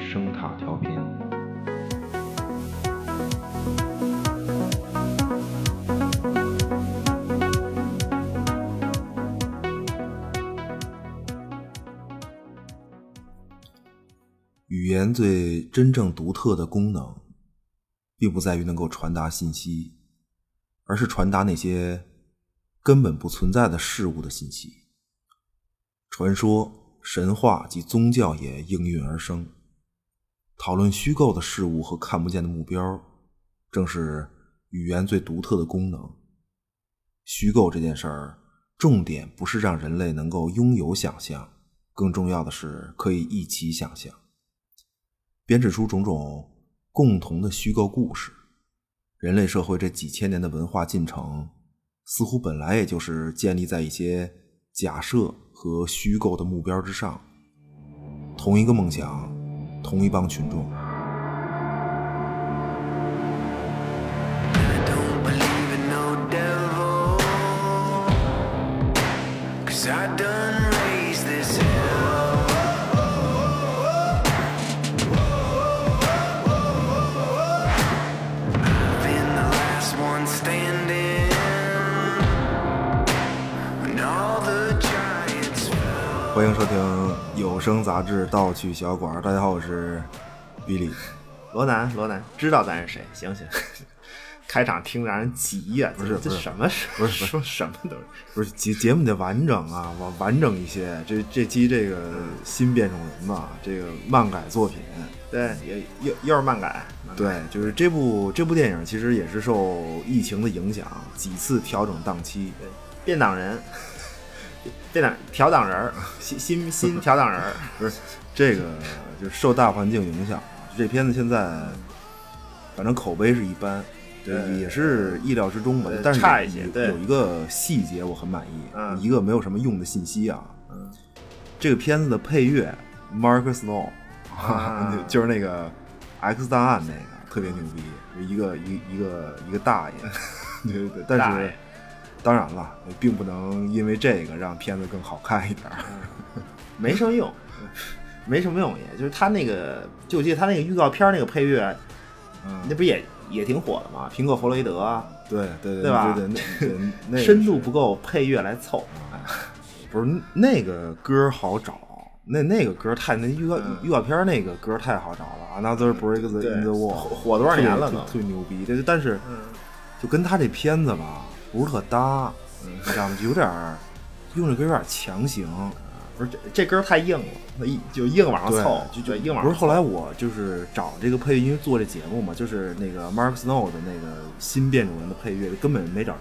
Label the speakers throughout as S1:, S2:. S1: 声塔调频。
S2: 语言最真正独特的功能，并不在于能够传达信息，而是传达那些根本不存在的事物的信息。传说、神话及宗教也应运而生，讨论虚构的事物和看不见的目标，正是语言最独特的功能。虚构这件事儿，重点不是让人类能够拥有想象，更重要的是可以一起想象。编制出种种共同的虚构故事。人类社会这几千年的文化进程，似乎本来也就是建立在一些假设和虚构的目标之上。同一个梦想，同一帮群众。
S3: I don't believe in no devil. Cause I done raised this hell. I've been the last one standing. When all the giants fell.
S2: 欢迎收听有声杂志《盗趣小馆》，大家好，我是比利。
S4: 罗南，罗南，知道咱是谁？行 行，开场听让人急呀、
S2: 不是
S4: 这
S2: 不
S4: 这
S2: 是
S4: 什么是
S2: 不是不是
S4: 说什么都是
S2: 不是节节目得完整啊，完完整一些。这这期这个新变种人嘛，这个漫改作品，
S4: 对，也又又是漫改，漫改
S2: 对，就是这部这部电影其实也是受疫情的影响，几次调整档期。
S4: 对，变党人，变党调党人儿，新新新调党人儿，
S2: 不是这个，就是受大环境影响。这片子现在，反正口碑是一般，
S4: 对
S2: 也是意料之中吧
S4: 对。
S2: 但是
S4: 差
S2: 有
S4: 一些
S2: 有
S4: 对
S2: 有一个细节我很满意，
S4: 嗯
S2: 一个没有什么用的信息啊。这个片子的配乐，Mark Snow，、
S4: 啊
S2: 就是那个 X 档案那个，特别牛逼，一个一一个一个大爷， 对对对，但
S4: 大
S2: 是
S4: 爷。
S2: 当然了，并不能因为这个让片子更好看一点儿。
S4: 没什么用，没什么用也，就是他那个，就我记得他那个预告片儿那个配乐，
S2: 嗯
S4: 那不是也也挺火的吗？苹果弗洛伊德啊，
S2: 对对对
S4: 对吧
S2: 对对，那 那那个
S4: 深度
S2: 是哎
S4: 不够，配乐来凑，
S2: 不是那个歌好找，那那个歌太那预告
S4: 嗯
S2: 预告片那个歌太好找了，Another Break the
S4: 对
S2: in the
S4: 火
S2: Wall
S4: 火多少年了
S2: 特
S4: 嗯
S2: 别
S4: 呢？
S2: 特别牛逼。但是但是就跟他这片子吧，不是特搭，
S4: 嗯
S2: 你知道吗？有点儿用这歌有点强 行。
S4: 不是这这歌太硬了，那一就硬往上
S2: 对
S4: 凑，，
S2: 就
S4: 对
S2: 就
S4: 硬往
S2: 不
S4: 上
S2: 是
S4: 凑
S2: 后来我就是找这个配乐，因为做这节目嘛，就是那个 Mark Snow 的那个新变种人的配乐根本没找着，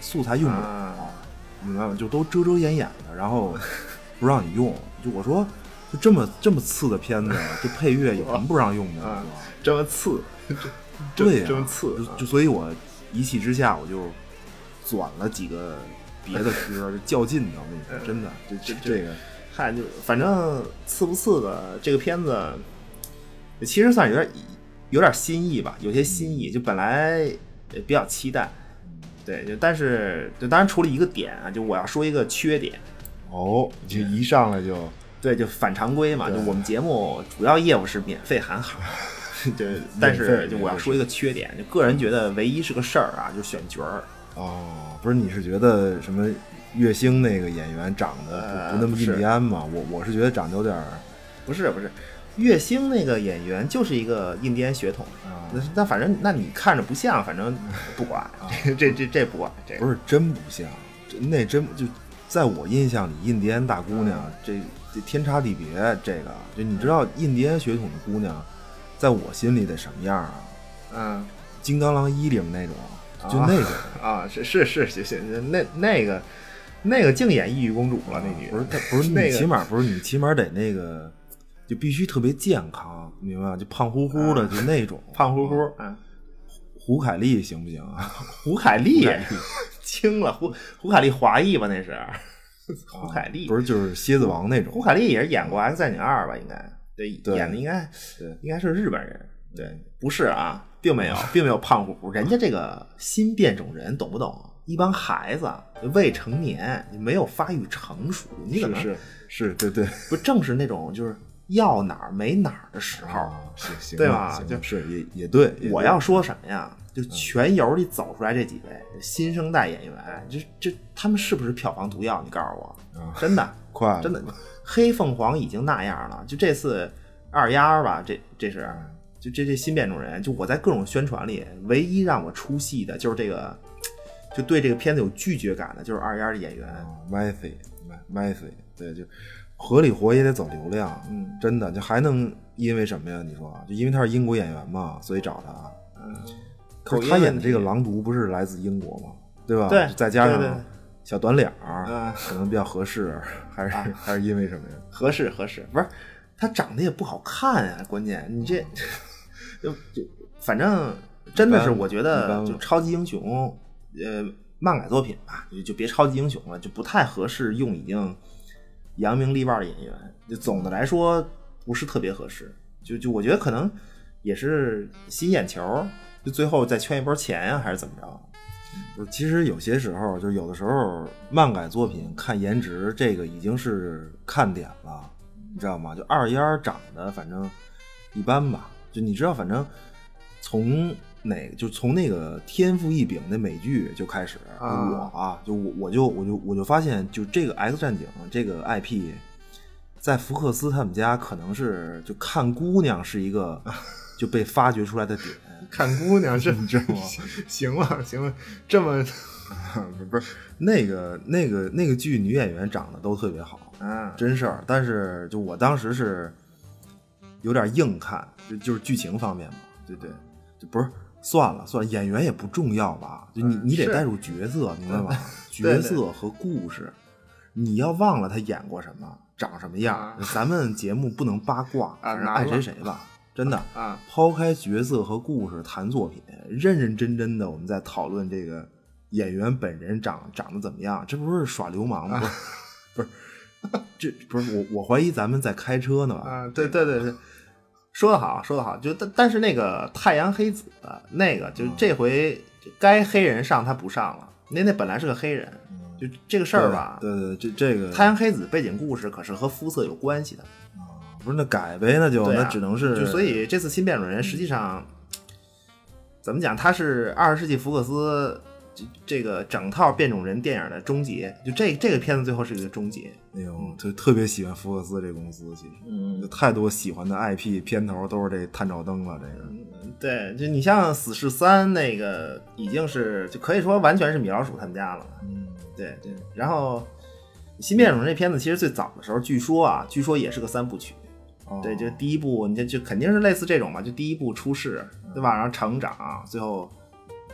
S2: 素材用不了。
S4: 啊
S2: 明白吗？就都遮遮掩掩的，然后不让你用。就我说，就这么这么次的片子，就配乐 有什么不让用的？
S4: 啊，这么刺，这
S2: 对呀、
S4: 这么次
S2: 就
S4: 啊
S2: 就所以，我一气之下，我就转了几个别的歌，就较劲 的。我跟你说，真的，这这
S4: 嗯这
S2: 这个，
S4: 嗨，就反正刺不刺的这个片子，其实算有点有点新意吧，有些新意，就本来也比较期待，对，就但是就当然除了一个点啊，就我要说一个缺点，
S2: 哦，就一上来就，
S4: 对，就反常规嘛，就我们节目主要业务是免费喊 好。对，但
S2: 免费
S4: 是就我
S2: 免
S4: 要
S2: 费
S4: 说一个缺点，就个人觉得唯一是个事儿啊，就是选角儿，
S2: 哦，不是，你是觉得什么？月星那个演员长得不,、
S4: 呃
S2: 不那么
S4: 不是
S2: 印第安嘛？我我是觉得长得有点儿
S4: 不是不是，月星那个演员就是一个印第安血统，
S2: 啊
S4: 那那反正那你看着不像，反正不管， 这这这不管，这个
S2: 不是真不像，这那真就在我印象里，印第安大姑娘、
S4: 嗯
S2: 这这天差地别，这个就你知道印第安血统的姑娘，在我心里得什么样啊？
S4: 嗯
S2: 金刚狼一零那种，就那 种。
S4: 啊是是是行行，那那个那个净演抑郁公主了，那女
S2: 不
S4: 的
S2: 是她，不是
S4: 那
S2: 你
S4: 个
S2: 起码不是你起码得那个，就必须特别健康，明白吗？就胖乎乎的，就那种
S4: 嗯胖乎乎。，嗯，
S2: 胡凯丽行不行啊？
S4: 胡凯丽 惊了，胡胡凯丽华裔吧那是， 胡凯丽
S2: 不是就是蝎子王那种
S4: 胡。凯丽也是演过《X 战警二》吧？应该对，
S2: 对
S4: 演的应该
S2: 对
S4: 应该是日本人，对，不是啊，并没有，并没有胖乎乎，人家这个新变种人懂不懂？一帮孩子未成年，没有发育成熟，你怎么
S2: 是是是，对对，
S4: 不正是那种就是要哪儿没哪儿的时候，
S2: 啊，行行，
S4: 对吧
S2: 行
S4: 就是
S2: 也也对，也
S4: 我
S2: 对
S4: 要说什么呀？就全游里走出来这几位新生代演员，哎这这他们是不是票房毒药？你告诉我，
S2: 啊
S4: 真的
S2: 快了
S4: 真的，黑凤凰已经那样了，就这次二丫儿吧，这这是就这这新变种人，就我在各种宣传里，唯一让我出戏的就是这个，就对这个片子有拒绝感的，就是二丫儿的演员。
S2: 啊 Messi Messi，对，就合理活也得走流量，
S4: 嗯，
S2: 真的，就还能因为什么呀？你说啊，就因为他是英国演员嘛，所以找他。啊可
S4: 嗯口
S2: 是
S4: 音
S2: 他演
S4: 问
S2: 的
S4: 题
S2: 这个狼毒不是来自英国吗？对吧？
S4: 对
S2: 再加
S4: 对对
S2: 上小短脸儿，
S4: 嗯，啊
S2: 可能比较合适，还是还是因为什么呀？
S4: 合适合适，不是他长得也不好看啊，关键你这就就反正真的是
S2: 一般
S4: 我觉
S2: 一般
S4: 得
S2: 吧
S4: 就超级英雄，呃，漫改作品吧，就就别超级英雄了，就不太合适用已经扬名立万的演员，就总的来说不是特别合适，就就我觉得可能也是吸眼球，就最后再圈一波钱啊，还是怎么着？
S2: 不是，其实有些时候，就是有的时候，漫改作品看颜值，这个已经是看点了，你知道吗？就二丫长得反正一般吧，就你知道，反正从哪就从那个《天赋异禀》那美剧就开始，
S4: 啊
S2: 我啊，就我我就我就我就发现，就这个《X 战警》这个 IP，在福克斯他们家可能是就看姑娘是一个就被发掘出来的点。
S4: 看姑娘这你
S2: 知道吗
S4: 行了行了，这么
S2: 不是那个那个那个剧女演员长得都特别好，
S4: 嗯
S2: 真事儿。但是就我当时是有点硬看，就就是剧情方面嘛，对对，就不是算了算了，演员也不重要吧？就你、
S4: 嗯
S2: 你得
S4: 是
S2: 带入角色，明白吗？
S4: 对
S2: 角色和故事，你要忘了他演过什么，长什么样，
S4: 啊
S2: 咱们节目不能八卦，
S4: 啊
S2: 反正
S4: 难
S2: 爱
S4: 了
S2: 谁谁吧，真 的。
S4: 啊
S2: 抛开角色和故事谈作品，认认真真的我们在讨论这个演员本人长长得怎么样，这不是耍流氓
S4: 啊
S2: 吗？ 不是，这不是我我怀疑咱们在开车呢吧？
S4: 啊，对对对对，说得好，说得好。就但但是那个太阳黑子那个，就
S2: 嗯
S4: 这回就该黑人上他不上了，那那本来是个黑人，就这个事儿吧。
S2: 嗯对对，对这这个
S4: 太阳黑子背景故事可是和肤色有关系的，
S2: 不是那改呗，那就、
S4: 对啊
S2: 那只能是嗯
S4: 就所以这次新变种人实际上怎么讲，他是二十世纪福克斯这这个整套变种人电影的终结，就这这个片子最后是一个终结。
S2: 哎呦，特特别喜欢福克斯这公司，其实
S4: 嗯
S2: 有太多喜欢的 IP 片头都是这探照灯了，这个。
S4: 对，就你像《死侍三》那个，已经是就可以说完全是米老鼠他们家了。
S2: 嗯
S4: 对对。然后《新变种人》这片子其实最早的时候，据说啊，据说也是个三部曲。
S2: 哦
S4: 对，就第一部，你这就肯定是类似这种嘛，就第一部出世，
S2: 嗯
S4: 对吧？然后成长，最后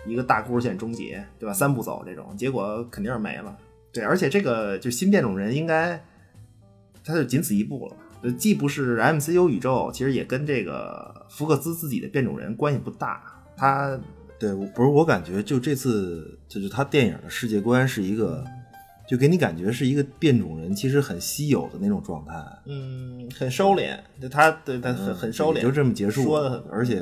S4: 一个大故事线终结，对吧？三步走这种，结果肯定是没了。对，而且这个就新变种人应该，它就仅此一步了。就既不是 MCU 宇宙，其实也跟这个福克斯自己的变种人关系不大。他
S2: 对，我不是我感觉就这次就是他电影的世界观是一个，就给你感觉是一个变种人其实很稀有的那种状态，
S4: 嗯很收敛，就他对他很、很收
S2: 嗯
S4: 敛，
S2: 也就 这么结束了。
S4: 说的很
S2: 而且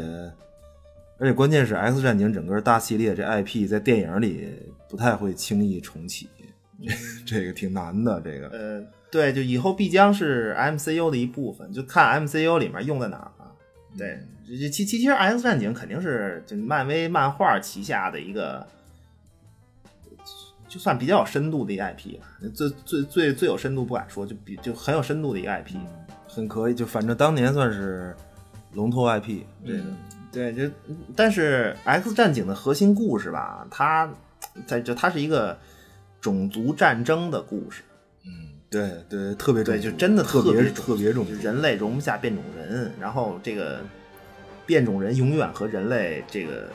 S2: 而且关键是《X 战警》整个大系列这 IP 在电影里不太会轻易重启，这个挺难的。这个
S4: 呃，对，就以后必将是 MCU 的一部分，就看 MCU 里面用在哪儿了。对，这这其其其实 X 战警肯定是就漫威漫画旗下的一个，就算比较有深度的一个 IP 吧，最最最最有深度不敢说，就比就很有深度的一个 IP。
S2: 很可以，就反正当年算是龙头 IP。这
S4: 嗯
S2: 个、
S4: 对，就但是 X 战警的核心故事吧，它在就它是一个种族战争的故事，
S2: 对对特别重
S4: 对，
S2: 要，
S4: 就真的
S2: 特
S4: 别
S2: 特别重
S4: 就
S2: 要，
S4: 人类容不下变种人，然后这个变种人永远和人类这个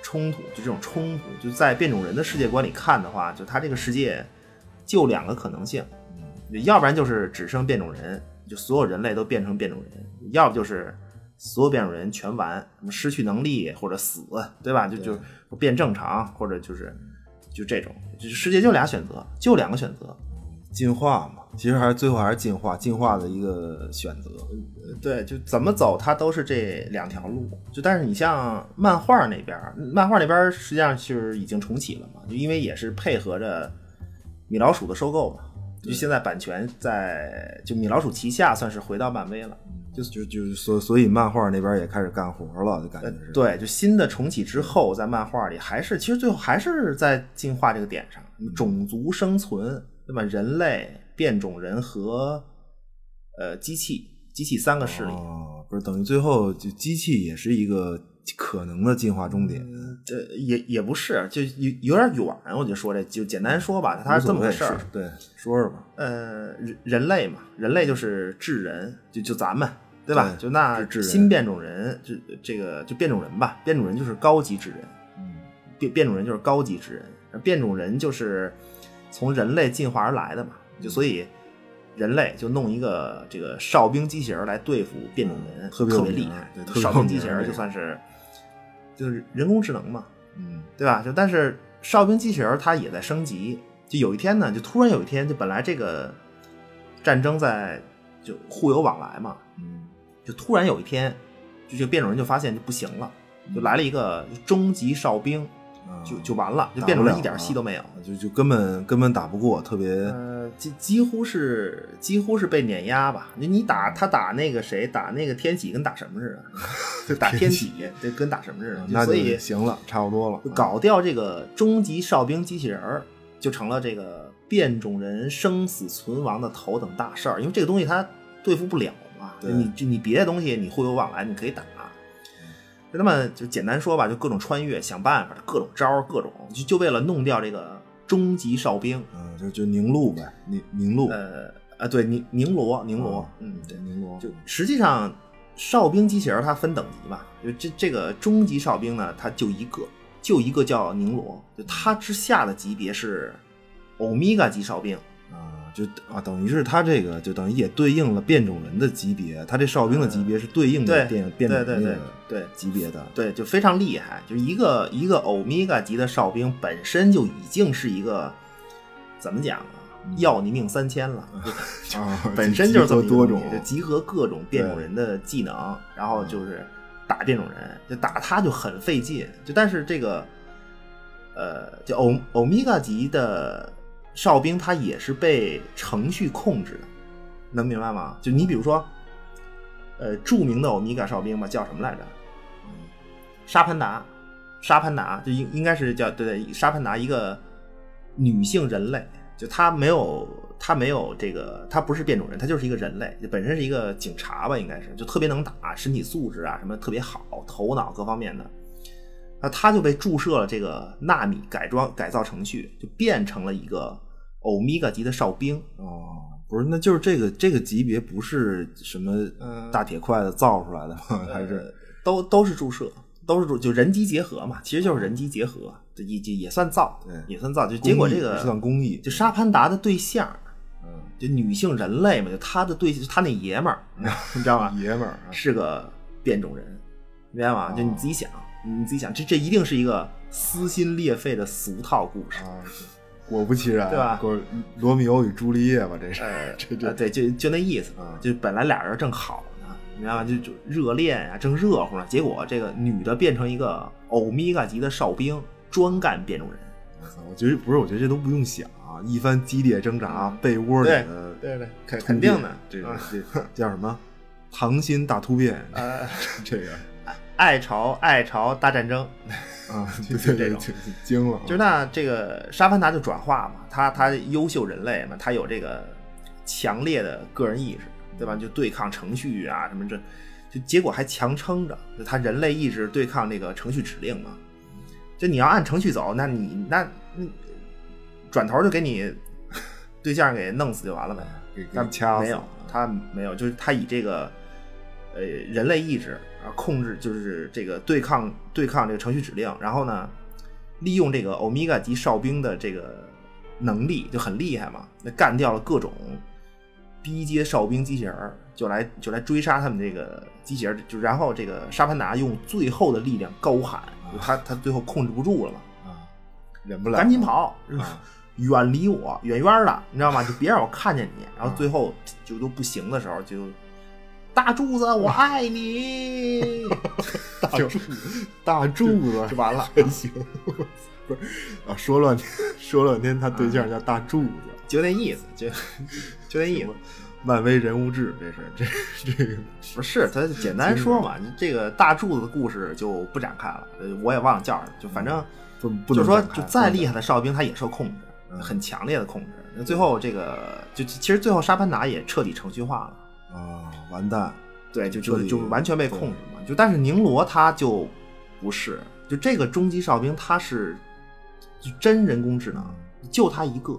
S4: 冲突，就这种冲突，就在变种人的世界观里看的话，就他这个世界就两个可能性，嗯要不然就是只剩变种人，就所有人类都变成变种人，要不就是所有变种人全完，什么失去能力或者死，对吧？就就变正常，或者就是就这种，就是世界就俩选择，就两个选择，
S2: 进化嘛。其实还是最后还是进化，进化的一个选择。
S4: 对，就怎么走，它都是这两条路。就但是你像漫画那边儿，漫画那边儿实际上就是已经重启了嘛，就因为也是配合着米老鼠的收购嘛，就现在版权在就米老鼠旗下，算是回到漫威了。
S2: 就就就所所以漫画那边也开始干活了，就感觉是。
S4: 呃对，就新的重启之后，在漫画里还是其实最后还是在进化这个点上，种族生存，对吧？人类、变种人和呃机器，机器三个势力，
S2: 哦，不是等于最后就机器也是一个可能的进化终点，
S4: 这、也也不是，就有有点远，我就说这就简单说吧，它
S2: 无
S4: 是
S2: 所
S4: 这么
S2: 谓
S4: 个事儿
S2: 是。对，说说吧，
S4: 呃，人人类嘛，人类就是智人，就就咱们，对吧？
S2: 对
S4: 就那
S2: 是智人
S4: 新变种人，就这个就变种人吧，变种人就是高级智人，变变种人就是高级智人，变种人就是从人类进化而来的嘛，就所以人类就弄一个这个哨兵机器人来对付变种人，
S2: 特别
S4: 别
S2: 有
S4: 厉
S2: 名儿
S4: 害
S2: 对。特别
S4: 哨
S2: 有
S4: 兵机
S2: 名
S4: 器
S2: 儿
S4: 人
S2: 这
S4: 就
S2: 个
S4: 算是就是人工智能嘛，
S2: 嗯
S4: 对吧？就但是哨兵机器人儿它也在升级，就有一天呢，就突然有一天，就本来这个战争在就互有往来嘛，
S2: 嗯
S4: 就突然有一天，就这个变种人就发现就不行了，就来了一个终极哨兵，
S2: 啊
S4: 就就完了，就
S2: 打
S4: 变种
S2: 不
S4: 人
S2: 了
S4: 一点
S2: 了
S4: 戏都没有。
S2: 就就根本根本打不过，特别
S4: 呃，几几乎是几乎是被碾压吧。你你打他打那个谁打那个天启跟打什么似的， 就打天启这跟打什么似的。就
S2: 啊嗯那
S4: 所
S2: 就
S4: 以
S2: 行了，差不多了啊
S4: 就，搞掉这个终极哨兵机器人儿，就成了这个变种人生死存亡的头等大事儿。因为这个东西它对付不了嘛，
S2: 对
S4: 你你别的东西你互有往来，你可以打。就那么就简单说吧，就各种穿越，想办法，各种招儿，各种就就为了弄掉这个终极哨兵。
S2: 嗯，就就凝露呗，凝凝露，
S4: 呃啊，对，宁宁罗，宁罗，
S2: 啊
S4: 嗯，对
S2: 对，凝露
S4: 就实际上，哨兵机器人它分等级嘛，就这这个终极哨兵呢，它就一个，就一个叫宁罗，就它之下的级别是欧米伽级哨兵，
S2: 啊，就啊，等于是他这个就等于也对应了变种人的级别，他这哨兵的级别是对应的
S4: 嗯对
S2: 变变种
S4: 对
S2: 人
S4: 对对
S2: 的
S4: 对
S2: 级别的，
S4: 对，就非常厉害，就一个一个欧米伽级的哨兵本身就已经是一个怎么讲啊，
S2: 嗯
S4: 要你命三千了，就
S2: 啊，
S4: 本身就是这么
S2: 集合
S4: 一个
S2: 多
S4: 东
S2: 种
S4: 西，就集合各种变种人的技能，然后就是打变种人，就打他就很费劲。就但是这个，呃，就欧欧米伽级的哨兵，他也是被程序控制的，能明白吗？就你比如说，呃，著名的欧米伽哨兵吧，叫什么来着？沙潘达，沙潘达就应应该是叫对对，沙潘达一个女性人类，就她没有她没有这个，她不是变种人，她就是一个人类，就本身是一个警察吧，应该是就特别能打，身体素质啊什么特别好，头脑各方面的。那她就被注射了这个纳米改装改造程序，就变成了一个欧米伽级的哨兵。
S2: 哦，不是，那就是这个这个级别不是什么
S4: 嗯
S2: 大铁块子造出来的吗？
S4: 呃
S2: 还是
S4: 都都是注射，都是注就人机结合嘛，其实就是人机结合，这也也也算造
S2: 对，
S4: 也算造。就结果
S2: 工艺
S4: 这个
S2: 是算工艺
S4: 就沙潘达的对象，
S2: 嗯
S4: 就女性人类嘛，就他的对就他那爷们儿， 你知道吗？
S2: 爷们儿啊
S4: 是个变种人，明白吗？
S2: 哦
S4: 就你自己想，你自己想，这这一定是一个撕心裂肺的俗套故事。
S2: 啊，果不其然，
S4: 对吧
S2: 果罗密欧与朱丽叶吧，这是
S4: 呃，
S2: 这这
S4: 啊对，就就那意思
S2: 啊，
S4: 就本来俩人正好呢，你知道吗？就就热恋啊，正热乎呢，结果这个女的变成一个欧米伽级的哨兵，专干变种人。
S2: 我操我觉得不是，我觉得这都不用想啊，一番激烈挣扎，
S4: 嗯
S2: 被窝里
S4: 对
S2: 的
S4: 对对，肯
S2: 突
S4: 肯定
S2: 变
S4: 的，
S2: 这
S4: 啊
S2: 个这叫什么？溏心大突变，
S4: 呃，
S2: 这个
S4: 爱巢爱巢大战争，
S2: 啊，
S4: 就
S2: 对
S4: 就
S2: 对
S4: 这
S2: 对，
S4: 种
S2: 就惊了啊，
S4: 就是那这个沙凡达就转化嘛，他他优秀人类嘛，他有这个强烈的个人意识，对吧？就对抗程序啊什么这，就结果还强撑着，就他人类意志对抗这个程序指令嘛。就你要按程序走，那你那嗯转头就给你 对象给弄死就完了呗。
S2: 啊给给
S4: 但
S2: 掐死
S4: 没有
S2: 了，
S4: 他没有，就是他以这个呃人类意志啊控制，就是这个对抗对抗这个程序指令，然后呢，利用这个欧米伽级哨兵的这个能力就很厉害嘛，那干掉了各种低阶哨兵机器人儿，就来就来追杀他们这个机器人儿，就然后这个沙潘达用最后的力量高喊，就他他最后控制不住了嘛，
S2: 啊，忍不了，
S4: 赶紧跑！
S2: 啊
S4: 远离我， 远远的，你知道吗？就别让我看见你。然后最后就都不行的时候，就大柱子，我爱你，
S1: 大
S4: 就
S1: 柱 大柱子
S4: 就 完了。
S1: 还行，不是啊，说了半天说了半天，他对象叫大柱子，
S4: 就那意思，就就那意思。
S1: 漫威人物志，这是这 这个嗯
S4: 不是，他简单说嘛，这个大柱子的故事就不展开了，呃我也忘了叫什么，就反正
S1: 不不
S4: 就是
S1: 能
S4: 说，
S1: 展开
S4: 就再厉害的哨兵，他也受控制，
S1: 嗯
S4: 很强烈的控制。那最后这个就其实最后沙班达也彻底程序化了，
S1: 啊，完蛋，
S4: 对，就就
S1: 彻底
S4: 就完全被控制嘛。就但是宁罗他就不是，就这个终极哨兵他是就真人工智能，就他一个，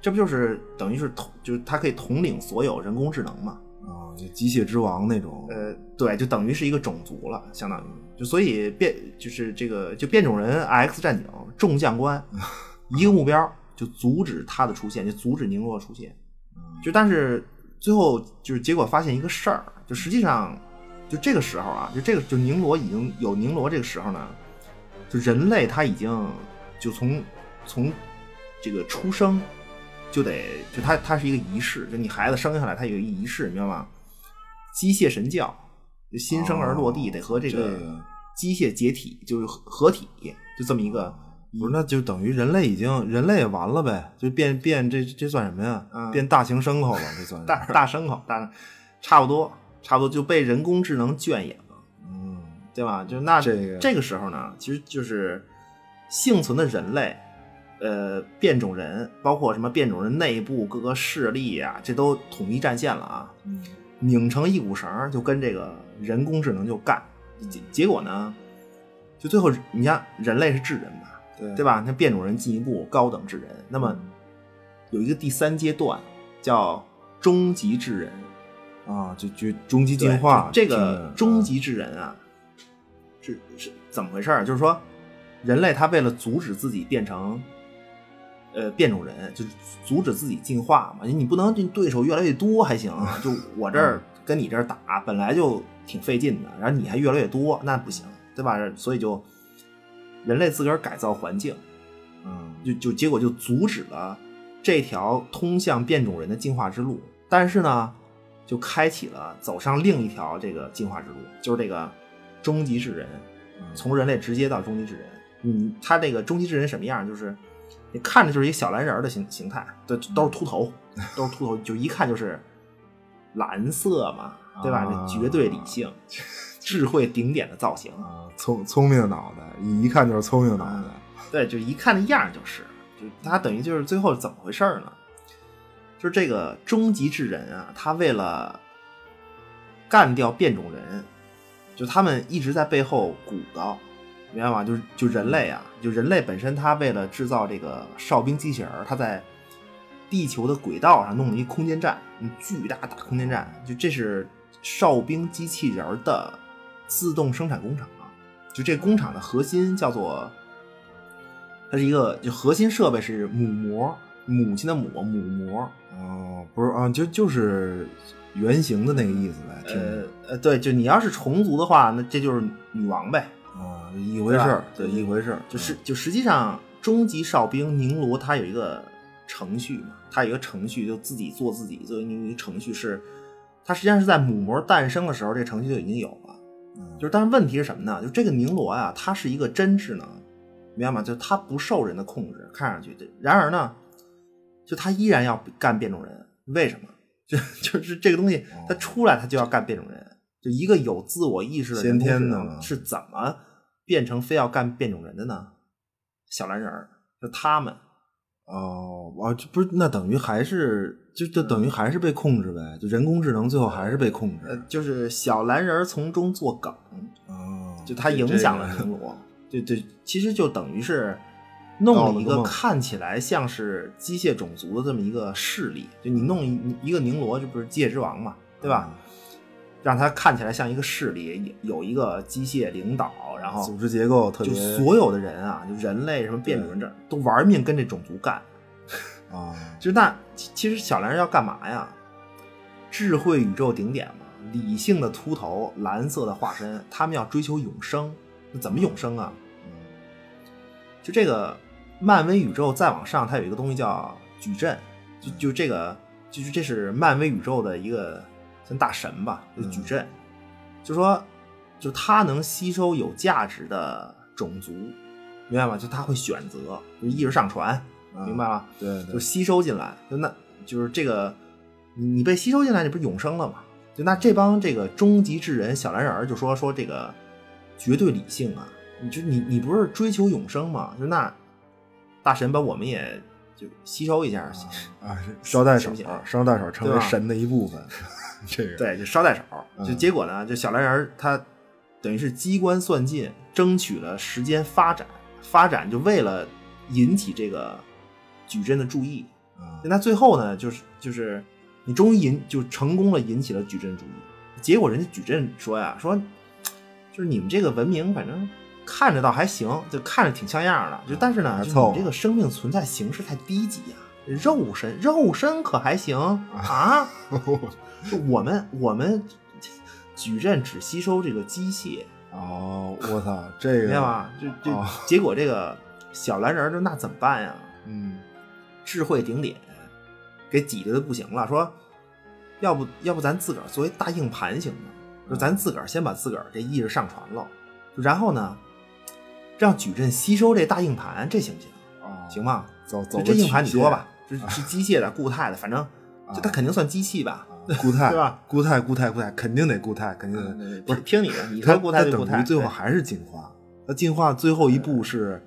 S4: 这不就是等于是统，就是他可以统领所有人工智能嘛？
S1: 啊，就机械之王那种，
S4: 呃，对，就等于是一个种族了，相当于就所以变就是这个就变种人 X 战警众将官 一个目标，就阻止他的出现，就阻止宁洛的出现。就但是最后就是结果发现一个事儿，就实际上就这个时候啊，就这个就宁罗已经有宁罗这个时候呢，就人类他已经就从从这个出生就得就他他是一个仪式，就你孩子生下来他有一个仪式，明白吗？机械神教，就新生儿落地
S1: 哦
S4: 得和这
S1: 这
S4: 个
S1: 个
S4: 机械解体，就是合合体，就这么一个。
S2: 不是，那就等于人类已经人类也完了呗，就变变这这算什么呀？
S4: 嗯
S2: 变大型牲口 了，这算是。
S4: 大大牲口，大差不多，差不多就被人工智能圈养了，
S1: 嗯，
S4: 对吧？就那
S1: 这个
S4: 这个时候呢，其实就是幸存的人类，呃，变种人，包括什么变种人内部各个势力啊，这都统一战线了啊，拧成一股绳儿，就跟这个人工智能就干。结结果呢，就最后你看人类是智人吧，
S1: 对
S4: 对？吧？那变种人进一步高等智人，那么有一个第三阶段叫终极智人
S1: 啊，就就终极
S4: 对
S1: 进化，嗯
S4: 这
S1: 听
S4: 个
S1: 着
S4: 终极智人啊，是是怎么回事儿？就是说，人类他为了阻止自己变成呃变种人，就是阻止自己进化嘛。你不能这对手越来越多还行啊，就我这
S1: 嗯
S4: 儿跟你这儿打本来就挺费劲的，然后你还越来越多，那不行，对吧？所以就人类自个儿改造环境。
S1: 嗯
S4: 就就结果就阻止了这条通向变种人的进化之路。但是呢，就开启了走上另一条这个进化之路，就是这个终极智人，
S1: 嗯
S4: 从人类直接到终极智人。嗯，他这个终极智人什么样？就是你看着就是一小蓝人儿的形形态，对，都是秃 头，都是秃头，就一看就是蓝色嘛，对吧？
S1: 啊
S4: 这绝对理性，智慧顶点的造型。
S1: 啊，聪聪明的脑袋，一一看就是聪明的脑袋，
S4: 对，就一看那样儿就是，就他等于就是最后怎么回事儿呢？就是这个终极之人啊，他为了干掉变种人，就他们一直在背后鼓捣，明白吗？就是就人类啊，就人类本身，他为了制造这个哨兵机器人儿，他在地球的轨道上弄了一空间站，嗯巨大大空间站，就这是哨兵机器人儿的自动生产工厂。啊就这工厂的核心叫做，它是一个就核心设备是母模，母亲的母母模，
S1: 哦，不是啊，就就是原型的那个意思呗，听
S4: 呃
S1: 着
S4: 呃，对，就你要是虫族的话，那这就是女王呗，
S1: 啊，一回事儿，
S4: 对吧
S1: 一回事儿，
S4: 就
S1: 嗯
S4: 是就实际上，终极哨兵宁罗他有一个程序嘛，他有一个程序就自己做自己，就那个程序是，它实际上是在母模诞生的时候，这程序就已经有了。
S1: 嗯
S4: 就是，但是问题是什么呢？就这个宁罗呀、它是一个真智能，明白吗？就它不受人的控制，看上去这，然而呢，就它依然要干变种人，为什么？ 就就是这个东西，它出来它就要干变种人，就一个有自我意识的人
S1: 先天
S4: 工智
S1: 的
S4: 能
S1: 嘛
S4: 是怎么变成非要干变种人的呢？小蓝人儿，就他们，
S1: 哦，啊，这不是那等于还是就就等于还是被控制呗，就人工智能最后还是被控
S4: 呃
S1: 制，，
S4: 就是小蓝人儿从中作梗，
S1: 哦，
S4: 呃就它影响了
S1: 这个
S4: 鸣锣，对对，其实就等于是弄
S1: 闹了
S4: 了
S1: 个
S4: 一个
S1: 梦
S4: 看起来像是机械种族的这么一个势力，就你弄一一个宁罗，这不是机械之王嘛，对吧？
S1: 嗯
S4: 让它看起来像一个势力，有有一个机械领导，然后
S1: 组织结构特
S4: 就
S1: 别
S4: 所有的人啊，就人类什么变种人这都玩命跟这种族干，
S1: 啊，
S4: 就那其其实小蓝人要干嘛呀？智慧宇宙顶点嘛，理性的秃头，蓝色的化身，他们要追求永生。那怎么永生啊？就这个漫威宇宙再往上，它有一个东西叫矩阵，就就这个，就是这是漫威宇宙的一个像大神吧，就矩阵，就说就他能吸收有价值的种族，明白吗？就他会选择，就意识上传，明白吗？
S1: 对
S4: 就吸收进来，就那就是这个，你你被吸收进来，你不是永生了吗？就那这帮这个终极智人小蓝人儿就说说这个绝对理性啊，你就你你不是追求永生吗？就那大神把我们也就吸收一下，
S1: 啊，捎带手
S4: 行不行，
S1: 捎带手成
S4: 对
S1: 为
S4: 吧
S1: 神的一 部分，这个
S4: 对，就捎带手儿。
S1: 嗯
S4: 就结果呢，就小蓝人儿他等于是机关算尽，争取了时间发展，发展就为了引起这个矩阵的注意。
S1: 啊
S4: 那最后呢，就是就是你终于引就成功了，引起了矩阵注意。结果人家矩阵说呀，说就是你们这个文明，反正看着倒还行，就看着挺像样儿的，就但是呢，
S1: 嗯还
S4: 就
S1: 凑
S4: 你这个生命存在形式太低级呀、肉身肉身可还行啊？就我们我们矩阵只吸收这个机械，
S1: 哦，我操，这
S4: 明白
S1: 个
S4: 吗？就就、
S1: 哦
S4: 结果这个小蓝人儿就那怎么办呀？
S1: 嗯
S4: 智慧顶点，给挤兑的不行了，说要不要不咱自个儿作为大硬盘行吗？
S1: 嗯
S4: 就咱自个儿先把自个儿这意识上传了，就然后呢，让矩阵吸收这大硬盘，这行不行？
S1: 啊，
S4: 行吧，
S1: 走
S4: 就
S1: 走个
S4: 这硬盘你
S1: 曲线
S4: 说吧，，这是机械的、固态的，反正
S1: 啊
S4: 就它肯定算机器吧，
S1: 固态
S4: 对吧？嗯
S1: 固态固态固态，肯定得固态，肯定得
S4: 不是听你的，你
S1: 它
S4: 说固态
S1: 它
S4: 就固
S1: 等
S4: 态，
S1: 于最后
S4: 对
S1: 还是进化，它进化最后一步是，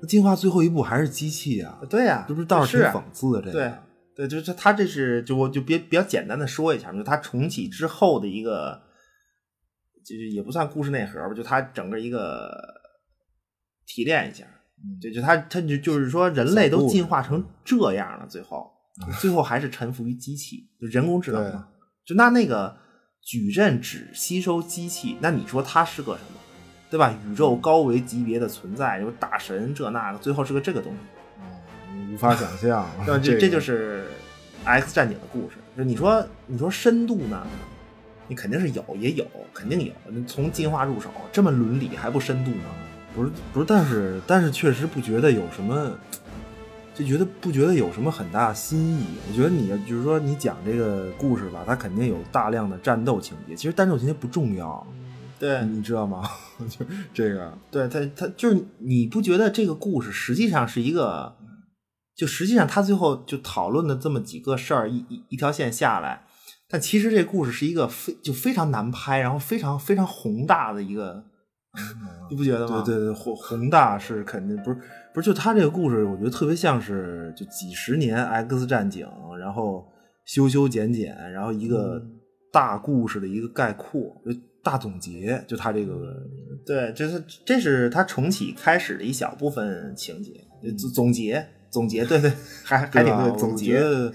S1: 它进化最后一步还是机器啊，
S4: 对呀，
S1: 这不是倒是
S4: 是
S1: 挺
S4: 啊
S1: 讽刺的这
S4: 对
S1: 个，
S4: 对，就是他这是就我就别比较简单的说一下，就是他重启之后的一个，就是也不算故事内核吧，就他整个一个提炼一下，
S1: 嗯
S4: 对，就他他就就是说人类
S1: 小
S4: 都
S1: 故事嗯
S4: 进化成这样了，最后最后还是臣服于机器，就人工智能嘛，就那那个矩阵只吸收机器，那你说它是个什么？对吧？宇
S1: 嗯
S4: 宙高维级别的存在，有大神这那个，最后是个这个东西。，
S1: 无法想象
S4: 对吧，
S1: 这
S4: 这
S1: 个
S4: 这就是《X 战警》的故事。就你说，你说深度呢，你肯定是有，也有，肯定有。你从进化入手，这么伦理还不深度吗？
S1: 不是不是，但是但是确实不觉得有什么，就觉得不觉得有什么很大新意。我觉得你就是说你讲这个故事吧，它肯定有大量的战斗情节，其实战斗情节不重要，
S4: 对
S1: 你知道吗？就这个
S4: 对，他他就是你不觉得这个故事实际上是一个，就实际上他最后就讨论的这么几个事儿，一一一条线下来，但其实这故事是一个非就非常难拍，然后非常非常宏大的一个，你不觉得吗？
S1: 嗯对对对，宏宏大是肯定不是不是，就他这个故事，我觉得特别像是就几十年 X 战警，然后修修剪剪，然后一个
S4: 嗯
S1: 大故事的一个概括，就大总结，就他这个
S4: 嗯对，就是这是他重启开始的一小部分情节，总总结总结，对对，还还
S1: 嗯对
S4: 得
S1: 吧
S4: 对
S1: 我
S4: 总
S1: 觉
S4: 结，
S1: 得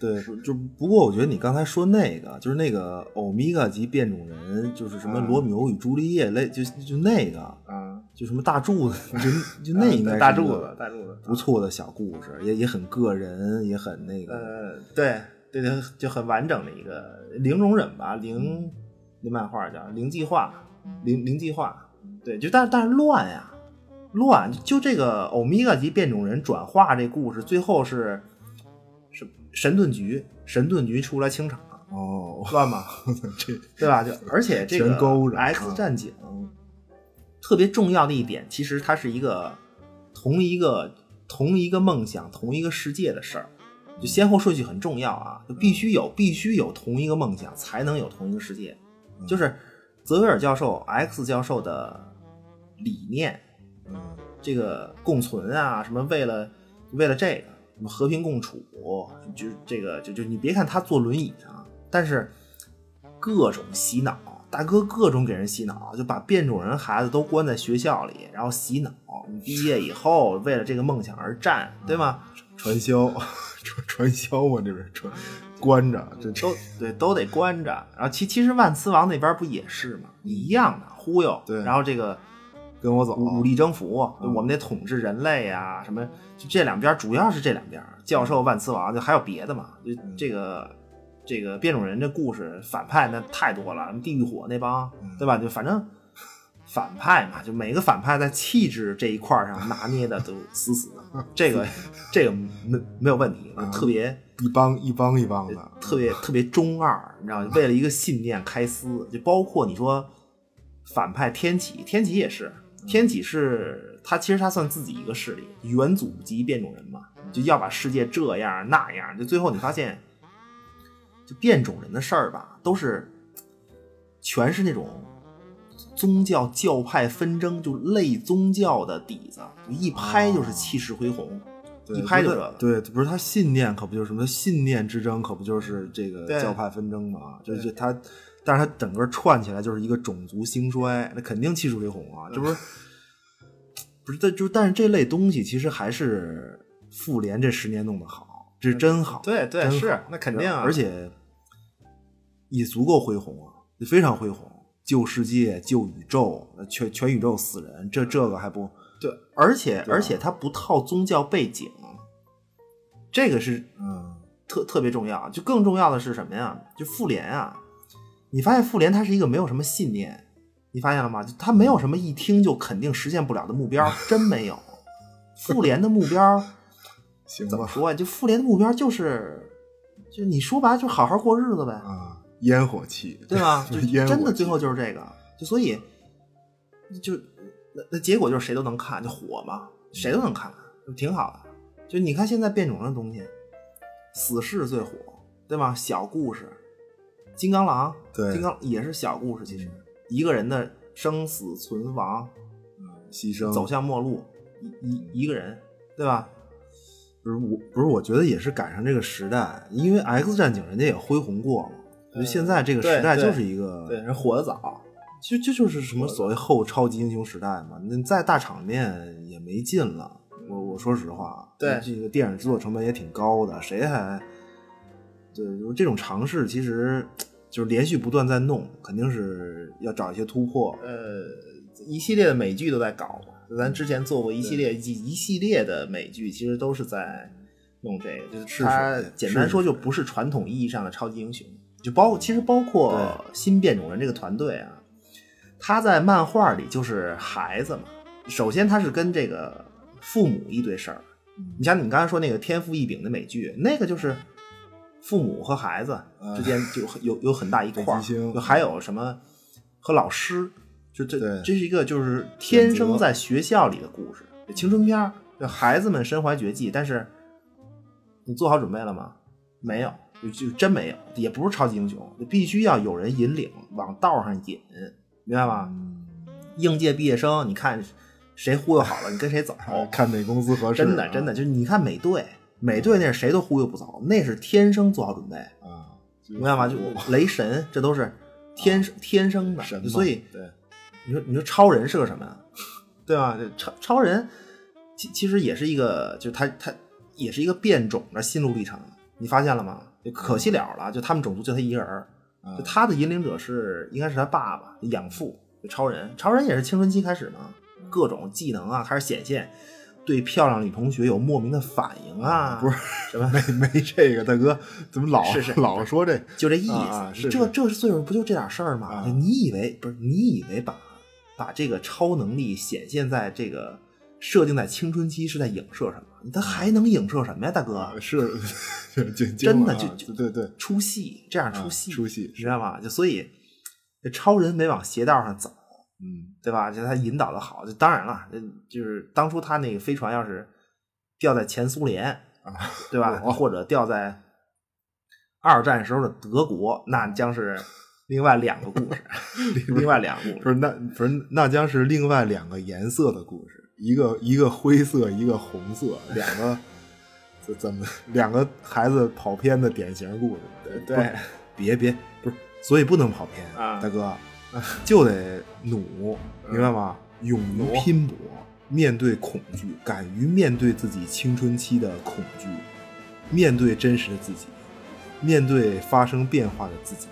S1: 对，不就不过我觉得你刚才说那个，就是那个欧米伽级变种人，就是什么
S4: 嗯
S1: 罗密欧与朱丽叶类，就就那个，
S4: 啊，
S1: 就什么大柱子， 就就那应该是
S4: 大
S1: 一
S4: 柱
S1: 个
S4: 子，大柱子，啊
S1: 不错的小故事，也也很个人，也很那个。
S4: 呃，对对对，就很完整的一个零容忍吧，零那漫画叫零计划，零零计划，对，就但但是乱呀，乱，就这个欧米伽级变种人转化这故事，最后是是神盾局，神盾局出来清场。
S1: 哦，
S4: 呃乱 吗？对吧？就而且这个
S1: 全勾着啊
S4: X 战警特别重要的一点，其实它是一个同一个同一个梦想、同一个世界的事儿，就先后顺序很重要啊，就必须有必须有同一个梦想，才能有同一个世界。
S1: 嗯
S4: 就是泽维尔教授、X 教授的理念，
S1: 嗯
S4: 这个共存啊，什么为了为了这个什么和平共处，就这个就就你别看他坐轮椅上，但是各种洗脑，大哥各种给人洗脑，就把变种人孩子都关在学校里，然后洗脑，你毕业以后为了这个梦想而战，对吗？
S1: 传销，传传销嘛，这边传关着，这这
S4: 都对都得关着。然后其其实万磁王那边不也是吗？一样的忽悠。
S1: 对
S4: 然后这个
S1: 跟我走，
S4: 武
S2: 嗯
S4: 武力征服，我们得统治人类啊，什么就这两边主要是这两边。教授万磁王就还有别的嘛，就这个。这个变种人这故事反派那太多了，什么地狱火那帮，对吧？就反正反派嘛，就每个反派在气质这一块儿上拿捏的都死死的，这个这个没没有问题，特别
S2: 一帮一帮一帮的，
S4: 特别特别中二，你知道吗？为了一个信念开撕，就包括你说反派天启，天启也是，天启是他其实他算自己一个势力，元祖级变种人嘛，就要把世界这样那样，就最后你发现，就变种人的事儿吧，都是全是那种宗教教派纷争，就类宗教的底子，就一拍就是气势恢宏，
S1: 对
S4: 一拍就
S1: 不
S4: 这
S1: 是
S4: 个。
S1: 对，不是他信念可不就是什么信念之争，可不就是这个
S4: 对
S1: 教派纷争嘛？这这他，但是他整个串起来就是一个种族兴衰，那肯定气势恢宏啊！这 不是不是？但就但是这类东西其实还是复联这十年弄得好，
S4: 嗯
S1: 这是真好，
S4: 对对
S1: 真好
S4: 是那肯定啊
S1: 而且也足够恢宏啊，非常恢宏。救世界，救宇宙，全全宇宙死人，这这个还不
S4: 嗯对，啊而且、而且它不套宗教背景，这个是
S1: 嗯
S4: 特特别重要。就更重要的是什么呀？就复联啊，你发现复联它是一个没有什么信念，你发现了吗？就它没有什么一听就肯定实现不了的目标，真没有。复联的目标
S1: 行
S4: 怎么
S1: 吧
S4: 说呀、就复联的目标就是，就你说白了，就好好过日子呗。
S1: 啊，烟火气
S4: 对 吧？就
S1: 就是烟
S4: 真
S1: 火
S4: 的
S1: 气
S4: 最后就是这个，就所以就那那结果就是谁都能看，就火嘛，谁都能看，就挺好的。就你看现在变种的东西，死侍最火，对吧？小故事，金刚狼，
S1: 对嗯
S4: 金刚也是小故事，其实一个人的生死存亡，
S1: 嗯牺牲
S4: 走向末路，一一一个人，对吧？
S1: 不是我，不是我觉得也是赶上这个时代，因为 X 战警人家也恢宏过嘛。就现在这个时代
S4: 对对
S1: 就是一个，
S4: 对，人火的早，
S1: 就就就是什么所谓后超级英雄时代嘛。那再大场面也没劲了。我我说实话，
S4: 对
S1: 这个电影制作成本也挺高的，谁还？对，就是这种尝试，其实就是连续不断在弄，肯定是要找一些突破。
S4: 呃一系列的美剧都在搞嘛。就咱之前做过一系列一一系列的美剧，其实都是在弄这个，就是
S1: 是
S4: 它
S1: 是
S4: 简单
S1: 是
S4: 说
S1: 是
S4: 就不是传统意义上的超级英雄，就包括其实包括新变种人这个团队啊，他在漫画里就是孩子嘛。首先他是跟这个父母一堆事儿，
S1: 嗯
S4: 你像你刚才说那个天赋异禀的美剧，那个就是父母和孩子之间就有有很大一块
S1: 嗯北
S4: 儿，
S1: 极星
S4: 就还有什么和老师，就这
S1: 对
S4: 这是一个就是天生在学校里的故事，青春片儿，就孩子们身怀绝技，但是你做好准备了吗？没有，就就真没有，也不是超级英雄，就必须要有人引领，往道上引，明白吗？应届毕业生，你看谁忽悠好了，你跟谁走。
S1: 哦看哪公司合适啊、
S4: 真的真的，就是你看美队，美队那是谁都忽悠不走，那是天生做好准备，
S1: 啊，
S4: 明白吗？就雷神，这都是天生天生的，
S1: 神
S4: 就
S1: 嘛
S4: 所以
S1: 对
S4: 你说你说超人是个什么呀？对吧？这超超人其其实也是一个，就是他他也是一个变种的心路历程，你发现了吗？就可
S1: 嗯
S4: 惜了了，就他们种族就他一个人儿，就他的引领者是应该是他爸爸养父，就超人。超人也是青春期开始嘛，各种技能啊开始显现，对漂亮女同学有莫名的反应啊，
S1: 嗯不是
S4: 什么，
S1: 没没这个大哥，怎么老
S4: 是是
S1: 老说这
S4: 就这意思。
S1: 啊啊是
S4: 这
S1: 是
S4: 这岁数不就这点事儿吗？
S1: 啊
S4: 就你以为不是？你以为把把这个超能力显现在这个设定在青春期是在影射什么？
S1: 啊
S4: 他还能影射什么呀，大哥？
S1: 是 真
S4: 真的就就
S1: 啊对对
S4: 出戏，这样出戏，
S1: 啊出戏
S4: 你知道吗？就所以，这超人没往邪道上走，
S1: 嗯，
S4: 对吧？就他引导的好，就当然了，就就是当初他那个飞船要是掉在前苏联，
S1: 啊
S4: 对吧？ 或者掉在二战时候的德国，那将是另外两个故 事，另外两个故
S1: 不
S4: 事。
S1: 是那不是那将是另外两个颜色的故事，一个一个灰色，一个红色，两个怎怎么两个孩子跑偏的典型故事。
S4: 对
S1: 不是别别不是，所以不能跑偏
S4: 啊嗯
S1: 大哥，就得努，明白吗？勇于拼搏，面对恐惧，敢于面对自己青春期的恐惧，面对真实的自己，面对发生变化的自己，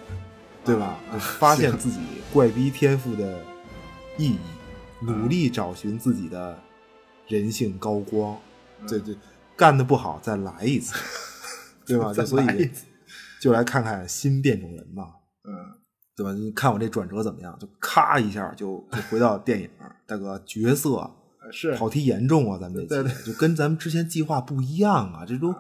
S1: 对吧？就发现自己怪逼天赋的意义，努力找寻自己的人性高光。对对，干的不好再来一次，对吧？就所以就来看看新变种人吧。嗯，对吧？你看我这转折怎么样？就咔一下就就回到电影儿，大哥角色
S4: 呃是
S1: 跑题严重啊，咱们这
S4: 对
S1: 期就跟咱们之前计划不一样啊，这都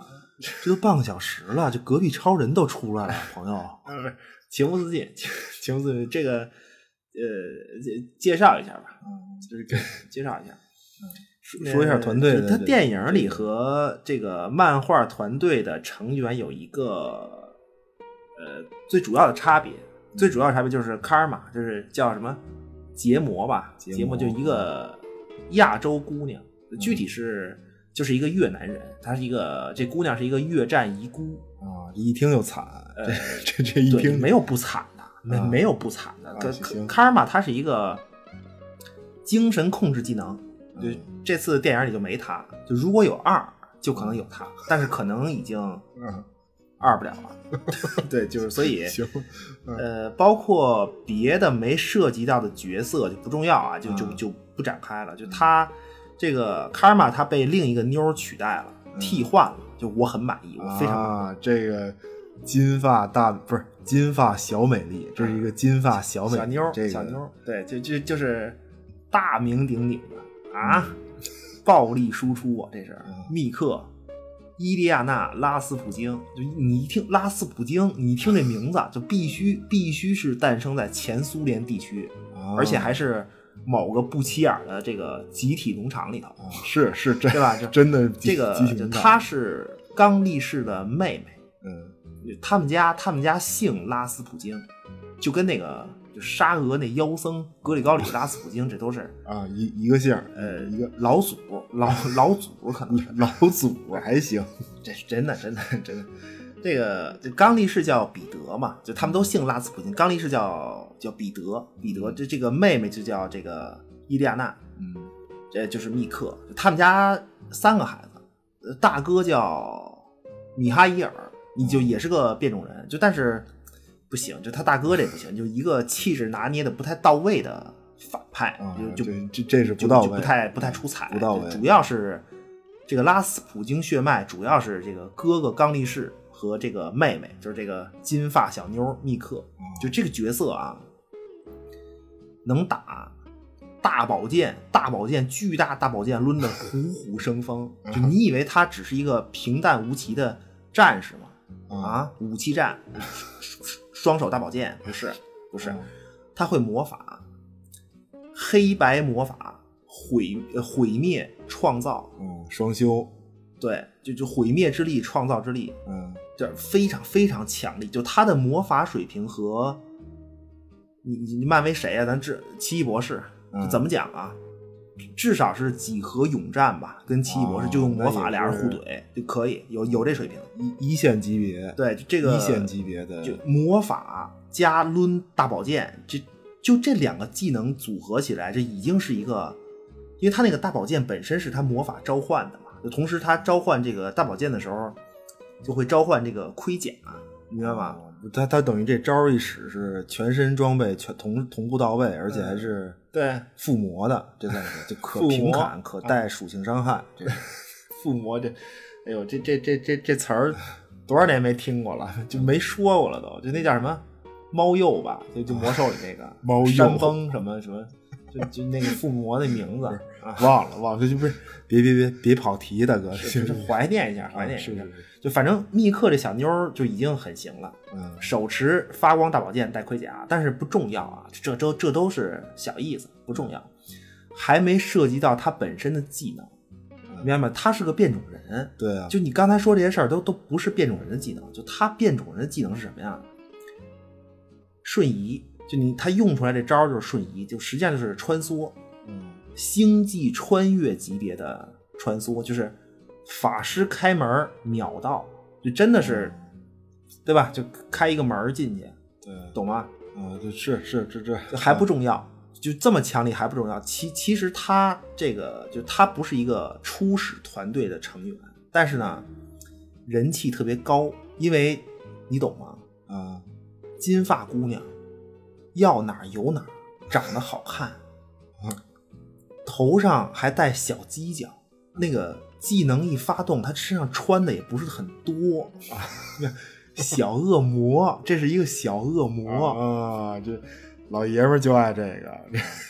S1: 这都半个小时了，这隔壁超人都出来了，朋友，
S4: 呃，不是情不自禁， 情情不自禁。这个呃，介介绍一下吧， 就是给介绍一下，
S1: 嗯说说一下团队
S4: 呃
S1: 的
S4: 他
S1: 这
S4: 电
S1: 个
S4: 影里和这个漫画团队的成员有一个呃最主要的差别，最
S1: 嗯
S4: 主要的差别就是 karma，就是叫什么结魔吧，
S1: 结嗯
S4: 结
S1: 魔
S4: 魔就一个亚洲姑娘，具体是就是一个越南人，她是一个这姑娘是一个越战遗孤，
S1: 啊，这一听就惨，
S4: 呃
S1: 这这这一
S4: 对，
S1: 听
S4: 没有不惨的，没、
S1: 啊
S4: 没有不惨的。
S1: 啊
S4: 可
S1: 行
S4: 卡尔玛它是一个精神控制技能，就
S1: 嗯
S4: 这次电影里就没他，就如果有二，就可能有他，但是可能已经
S1: 嗯
S4: 二不了了。对，就是所以
S1: 行，
S4: 呃，包括别的没涉及到的角色就不重要啊，就就
S1: 嗯
S4: 就不展开了。就他这个卡尔玛，他被另一个妞儿取代了，
S1: 嗯
S4: 替换了。就我很满意，我非常满意。
S1: 啊，这个金发大不是金发小美丽，这是一个金发小美
S4: 小妞儿，
S1: 啊这个
S4: 小妞儿，对，就就就是大名鼎鼎的啊，
S1: 嗯
S4: 暴力输出啊，这是密克、伊利亚娜、拉斯普京，就你一听拉斯普京，你一听这名字啊就必须必须是诞生在前苏联地区，
S1: 啊
S4: 而且
S2: 哦
S4: 还是某个不起眼儿的这个集体农场里头，
S2: 哦
S1: 啊是是真
S4: 对吧？就
S1: 真的
S4: 这个
S1: 激情
S4: 就
S1: 大
S4: 她是刚力士的妹妹。
S1: 嗯
S4: 他们家他们家姓拉斯普京，就跟那个就沙俄那妖僧格里高里拉斯普京，这都是
S1: 啊一一个姓儿
S4: 呃
S1: 一个
S4: 老祖老老祖可能是
S1: 老祖还行
S4: 这是真的真的真的。这个这刚力士叫彼得嘛，就他们都姓拉斯普京，刚力士叫叫彼得，彼得这这个妹妹就叫这个伊利亚娜，
S1: 嗯
S4: 这呃就是密克。他们家三个孩子，呃大哥叫米哈伊尔，你就也是个变种人，就但是不行，就他大哥这不行，就一个气质拿捏的不太到位的反派，
S1: 啊
S4: 就就
S1: 这这这是不
S4: 就
S1: 到
S4: 就
S1: 位
S4: 不太不太出彩，
S1: 不到位
S4: 主要是这个拉斯普京血脉，主要是这个哥哥刚力士和这个妹妹，就是这个金发小妞密克，
S1: 哦
S4: 就这个角色啊，能打。大宝剑，大宝剑，巨大大宝剑抡得虎虎生 风。就你以为他只是一个平淡无奇的战士吗？
S1: 哦
S4: 啊，武器战， 双手大宝剑，不是，不
S1: 哦
S4: 是，他会魔法，黑白魔法，毁呃毁灭创造，
S1: 嗯双修
S4: 对，就就毁灭之力，创造之力，
S1: 嗯
S4: 就是非常非常强力，就他的魔法水平和你你你漫威谁啊呀、咱至奇异博士
S1: 嗯
S4: 怎么讲啊？至少是几何永战吧，跟奇异博士就用
S1: 哦那
S4: 魔法
S1: 也
S4: 俩人
S1: 是
S4: 互怼就可以，有有这水平。
S1: 一一线级别
S4: 对，就这个
S1: 一线级别的
S4: 就魔法加抡大宝剑，这就这两个技能组合起来，这已经是一个，因为他那个大宝剑本身是他魔法召唤的嘛，就同时他召唤这个大宝剑的时候，就会召唤这个盔甲，你明白吗？
S1: 啊他他等于这招儿一使是全身装备全同同步到位，而且还是
S4: 对，
S1: 附魔的，这算是就可
S4: 附魔啊
S1: 平砍可带属性伤害，这个
S4: 附魔这，哎呦，这这这这这词儿多少年没听过了，就没说过了都，就那叫什么猫鼬吧，就就魔兽里那个
S1: 猫鼬
S4: 山崩什么什么，就就那个附魔那名字啊，
S1: 忘了忘了，这就不是别别别别跑题，大哥，
S4: 是
S1: 这
S4: 是怀念一下，怀念一下。
S1: 啊是是是，
S4: 就反正密克这小妞儿就已经很行了，
S1: 嗯
S4: 手持发光大宝剑，带盔甲，但是不重要啊，这都这都是小意思，不重要，还没涉及到他本身的技能，明白吗？他是个变种人，
S1: 对啊，
S4: 就你刚才说这些事儿都都不是变种人的技能，就他变种人的技能是什么呀？瞬移，就你他用出来这招儿就是瞬移，就实际上就是穿梭，
S1: 嗯
S4: 星际穿越级别的穿梭，就是法师开门儿秒到，就真的是，对吧？就开一个门儿进去，
S1: 对
S4: 懂吗？
S1: 啊，就是是这这
S4: 就还不重要，就这么强力还不重要。其其实他这个就他不是一个初始团队的成员，但是呢，人气特别高，因为你懂吗？呃
S1: 啊
S4: 金发姑娘，要哪儿有哪儿，长得好看，嗯头上还戴小犄角，那个技能一发动，她身上穿的也不是很多啊，小恶魔，这是一个小恶魔，
S5: 啊，
S1: 哦
S5: 这老爷们儿就爱这个，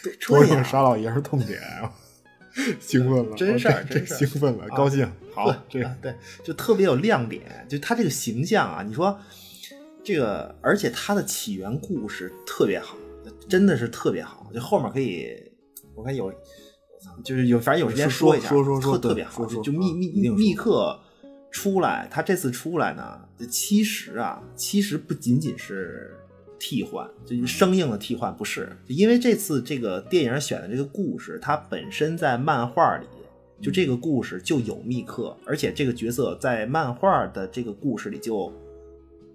S4: 这
S5: 戳中
S4: 样
S5: 杀老爷们儿痛点，兴奋了，
S4: 真事儿
S5: 哦这
S4: 真事儿
S5: 这兴奋了，高兴，好，这
S4: 啊对，就特别有亮点，就他这个形象啊，你说这个，而且他的起源故事特别好，真的是特别好，就后面可以，我看有，就是有，反正有时间
S1: 说
S4: 一下，
S1: 说说说
S4: 特
S1: 对
S4: 特别好，
S1: 说说
S4: 就就密
S1: 啊
S4: 密
S1: 一定说
S4: 密克出来，他这次出来呢，其实啊，其实不仅仅是。替换，
S1: 嗯
S4: 就是生硬的替换，不是，因为这次这个电影选的这个故事，它本身在漫画里，就
S1: 嗯
S4: 这个故事就有密克，而且这个角色在漫画的这个故事里就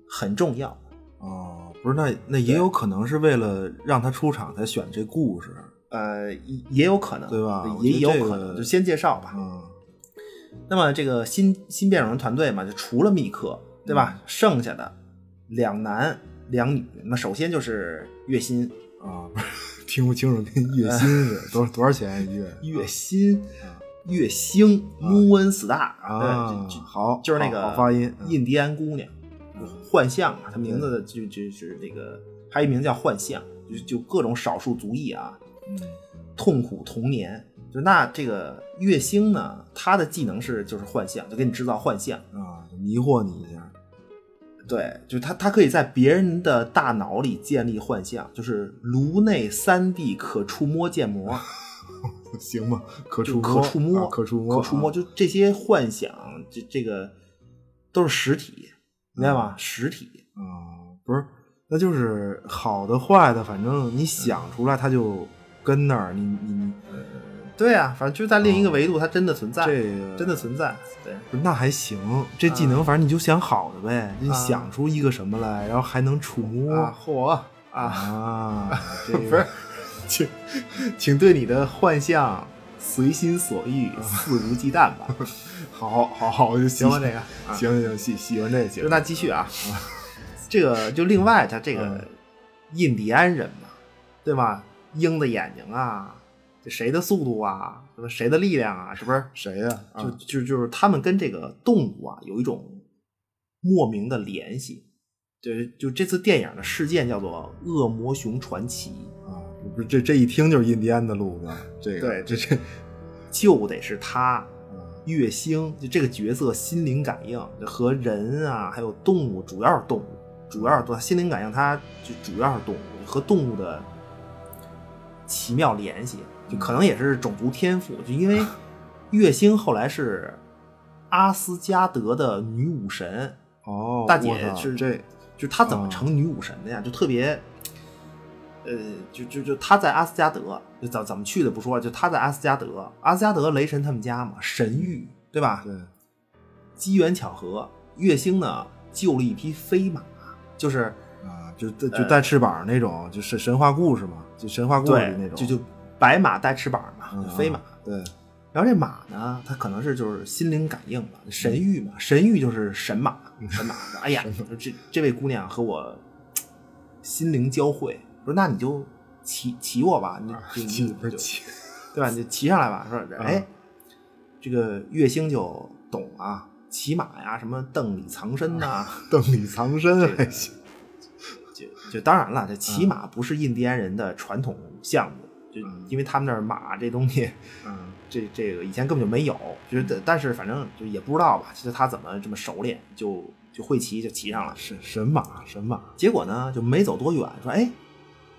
S4: 很重要。
S1: 哦，不是，那那也有可能是为了让他出场才选这故事，
S4: 呃，也也有可能，
S1: 对吧我觉
S4: 也
S1: 得
S4: 也有
S1: 这
S4: 可能，
S1: 个
S4: 就先介绍吧。
S1: 嗯，
S4: 那么这个新新变种人团队嘛，就除了密克，对
S1: 嗯
S4: 吧？剩下的两男两女，那首先就是月薪，
S1: 啊，不是听不清楚，跟月
S4: 嗯
S1: 薪似的，多少多少钱 一月？
S4: 月薪，月星，Moon Star
S1: 啊
S4: 对就，就
S1: 好，
S4: 就是那个
S1: 好好发音，嗯
S4: 印第安姑娘，幻象啊，她名字的就就是那个，还有一名叫幻象，就就各种少数族裔啊，
S1: 嗯
S4: 痛苦童年。就那这个月星呢，她的技能是就是幻象，就给你制造幻象。
S1: 啊，迷惑你一下，
S4: 对，就是她她可以在别人的大脑里建立幻象，就是颅内三 D 可触摸建模，
S1: 行吧？可
S4: 就
S1: 触
S4: 可
S1: 摸，
S4: 触摸，
S1: 啊可触
S4: 可触
S1: 摸
S4: 摸，
S1: 啊，
S4: 就这些幻想，这这个都是实体，明白吗？实体。
S1: 啊，不是，那就是好的坏的，反正你想出来，他就跟那儿，你你你
S4: 对啊，反正就是在另一个维度，它真的存在，
S1: 这个
S4: 真的存在。对，嗯
S1: 不是那还行，这技能反正你就想好的呗，你
S4: 啊
S1: 想出一个什么来，然后还能触摸
S4: 啊，嚯啊，
S1: 啊， 这个
S4: 不是，请请对你的幻象随心所欲，
S1: 啊
S4: 肆无忌惮 吧。
S1: 好好好，我就喜
S4: 行吗？这 个，啊
S1: 行行喜喜欢这个，喜
S4: 就
S1: 欢
S4: 那继续啊，这个就另外他这
S1: 嗯
S4: 个印第安人嘛，对吧？鹰的眼睛啊，这谁的速度啊，什么谁的力量啊，是不是？
S1: 谁呀？啊
S4: 就就就是他们跟这个动物啊有一种莫名的联系。就是就这次电影的事件叫做《恶魔熊传奇
S1: 啊，不是这这一听就是印第安的路子，这个
S4: 对啊
S1: 这 这》，
S4: 就得是他月星就这个角色心灵感应和人啊，还有动物，主要是动物，主要是动物心灵感应，它就主要是动物和动物的奇妙联系，就可能也是种族天赋，就 因为月星后来是阿斯加德的女武神，
S1: 哦，
S4: 大姐
S1: 我操
S4: 是
S1: 这
S4: 就是她怎么成女武神的呀？就特别，呃，就就就她在阿斯加德，就怎怎么去的不说，就她在阿斯加德，阿斯加德雷神他们家嘛，神域对吧？
S1: 对
S4: 机缘巧合，月星呢救了一匹飞马，就是
S1: 啊，就带
S4: 呃
S1: 就带翅膀那种，就是神话故事嘛，就神话故事
S4: 对
S1: 里那种，
S4: 就就白马带翅膀嘛，
S1: 嗯
S4: 就飞马。
S1: 对
S4: 然后这马呢，它可能是就是心灵感应吧，神域
S1: 嗯
S4: 嘛，神域就是神马，神马。哎呀，这这位姑娘和我心灵交汇，说那你就骑骑我吧，你就 就
S1: 啊骑不是
S4: 就
S1: 骑嗯
S4: 对吧？你就骑上来吧。说哎，这个月星就懂啊，骑马呀，什么邓里藏身呐、
S1: 邓里藏身还行
S4: 就就当然了，这
S1: 嗯
S4: 骑马不是印第安人的传统项目，就因为他们那儿马这东西，
S1: 嗯，
S4: 这这个以前根本就没有，就是但但是反正就也不知道吧，就是他怎么这么熟练，就就会骑就骑上了。
S1: 神神马神马
S4: 结果呢，就没走多远，说哎，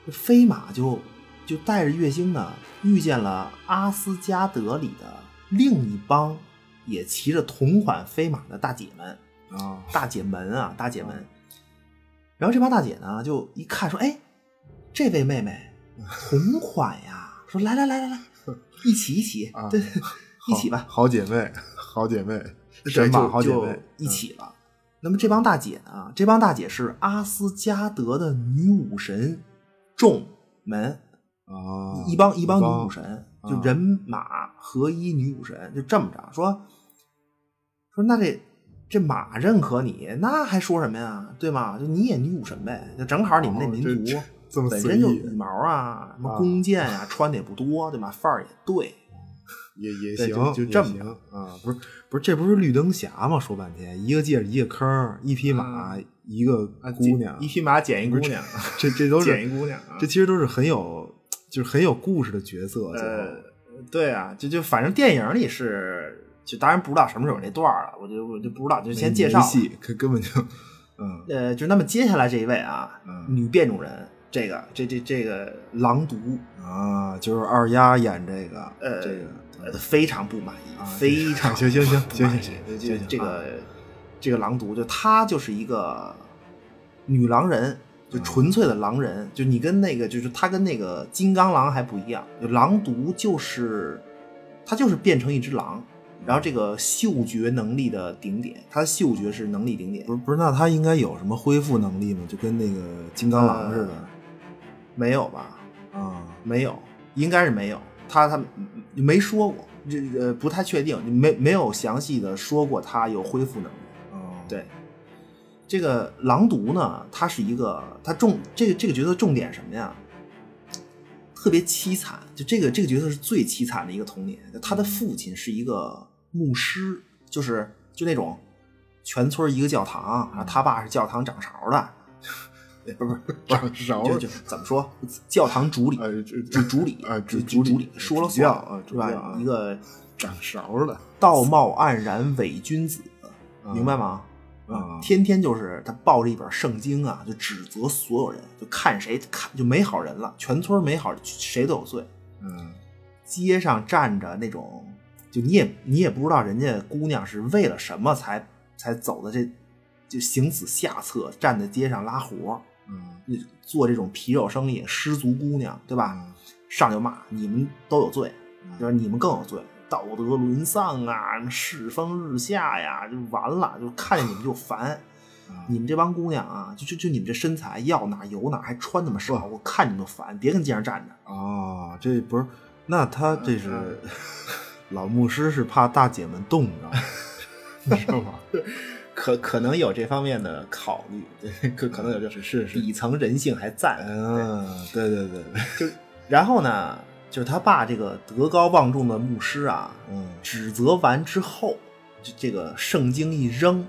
S4: 这飞马就就带着月星呢，遇见了阿斯加德里的另一帮也骑着同款飞马的大姐们。
S1: 啊，
S4: 大姐们啊，大姐
S1: 哦
S4: 们。然后这帮大姐呢，就一看说：“哎，这位妹妹同款 呀！”说：“来来来来来，一起一起
S1: 啊，
S4: 对，一起吧。
S1: 好姐妹，好姐妹，”
S4: 对
S1: 神马
S4: 就
S1: 好姐
S4: 就
S1: 妹，
S4: 一起了。那么这帮大姐呢？这帮大姐是阿斯加德的女武神众门，
S1: 啊，
S4: 一帮
S1: 一
S4: 一
S1: 帮
S4: 帮女武神，
S1: 啊
S4: 就人马合一女武神，就这么着说说那这这马认可你，那还说什么呀？对吗？就你也女武神呗，就正好你们那
S1: 哦
S4: 民
S1: 这
S4: 族
S1: 这么
S4: 本
S1: 随
S4: 身就
S1: 意
S4: 羽，毛啊，什么
S1: 啊
S4: 弓箭啊，穿的也不多，对吗？范儿也对，
S1: 也也
S4: 对
S1: 行，
S4: 就就
S1: 也
S4: 这么
S1: 行啊，不是不是，这不是绿灯侠吗？说半天，一个接着一个坑，一匹马，一个姑娘，
S4: 一匹马捡一姑娘，
S1: 啊这这都
S4: 捡
S1: 是
S4: 一姑娘啊，
S1: 这其实都是很有就是很有故事的角色，最后
S4: 呃，对啊，就就反正电影里是，就当然不知道什么时候有那段了，我就我就不知道，就先介绍
S1: 没
S4: 了。
S1: 戏，根根本就嗯
S4: 呃，就那么接下来这一位啊，
S1: 嗯
S4: 女变种人，这个这这这个狼毒，
S1: 啊，就是二丫演这个
S4: 呃
S1: 这个
S4: 呃，非常不满意，
S1: 啊
S4: 非常
S1: 行行行
S4: 不
S1: 行
S4: 满意
S1: 行行
S4: 这
S1: 行行
S4: 这
S1: 啊
S4: 个这个狼毒，就她就是一个女狼人，
S1: 嗯
S4: 就纯粹的狼人，就你跟那个就是她跟那个金刚狼还不一样，就狼毒就是她就是变成一只狼，然后这个嗅觉能力的顶点，她的嗅觉是能力顶点，
S1: 不是不是，那他应该有什么恢复能力吗？就跟那个金刚狼似的
S4: 没有吧？
S1: 啊，
S4: 没有，应该是没有。他他嗯没说过，这呃不太确定，没没有详细的说过他有恢复能力。
S1: 哦
S4: 对，这个狼毒呢，他是一个他重这个这个角色重点什么呀？特别凄惨，就这个这个角色是最凄惨的一个童年。他的父亲是一个牧师，就是就那种全村一个教堂，然后他爸是教堂掌勺的，不是不是
S1: 掌勺
S4: 就就怎么说，教堂主理，
S1: 呃这
S4: 就主理
S1: 啊
S4: 就就
S1: 主主理
S4: 主理说了
S1: 主教
S4: 算
S1: 啊
S4: 是吧
S1: 主教啊？
S4: 一个
S1: 长勺了
S4: 道貌岸然伪君子，明白吗？
S1: 啊
S4: 天天就是他抱着一本圣经啊，就指责所有人，就看谁看就没好人了，全村没好人，谁都有罪。
S1: 嗯
S4: 街上站着那种，就你也你也不知道人家姑娘是为了什么才才走的这，就行此下策，站在街上拉活儿，
S1: 嗯
S4: 就做这种皮肉生意，失足姑娘，对吧？
S1: 啊
S4: 上就骂你们都有罪，
S1: 嗯
S4: 就是你们更有罪，道德沦丧啊，世风日下呀，就完了，就看见你们就烦。
S1: 嗯
S4: 你们这帮姑娘啊，就就就你们这身材，要哪有哪，还穿那么少，我看你们都烦，别跟街上站着。
S1: 嗯
S4: 嗯
S1: 哦，这不是，那他这是、老牧师是怕大姐们冻着， 你知道吗？
S4: 可可能有这方面的考虑， 对可可能有这
S1: 是是是
S4: 底层人性还在。
S1: 嗯，对对对，
S4: 然后呢，就是他爸这个德高望重的牧师啊，
S1: 嗯
S4: 指责完之后，这这个圣经一扔，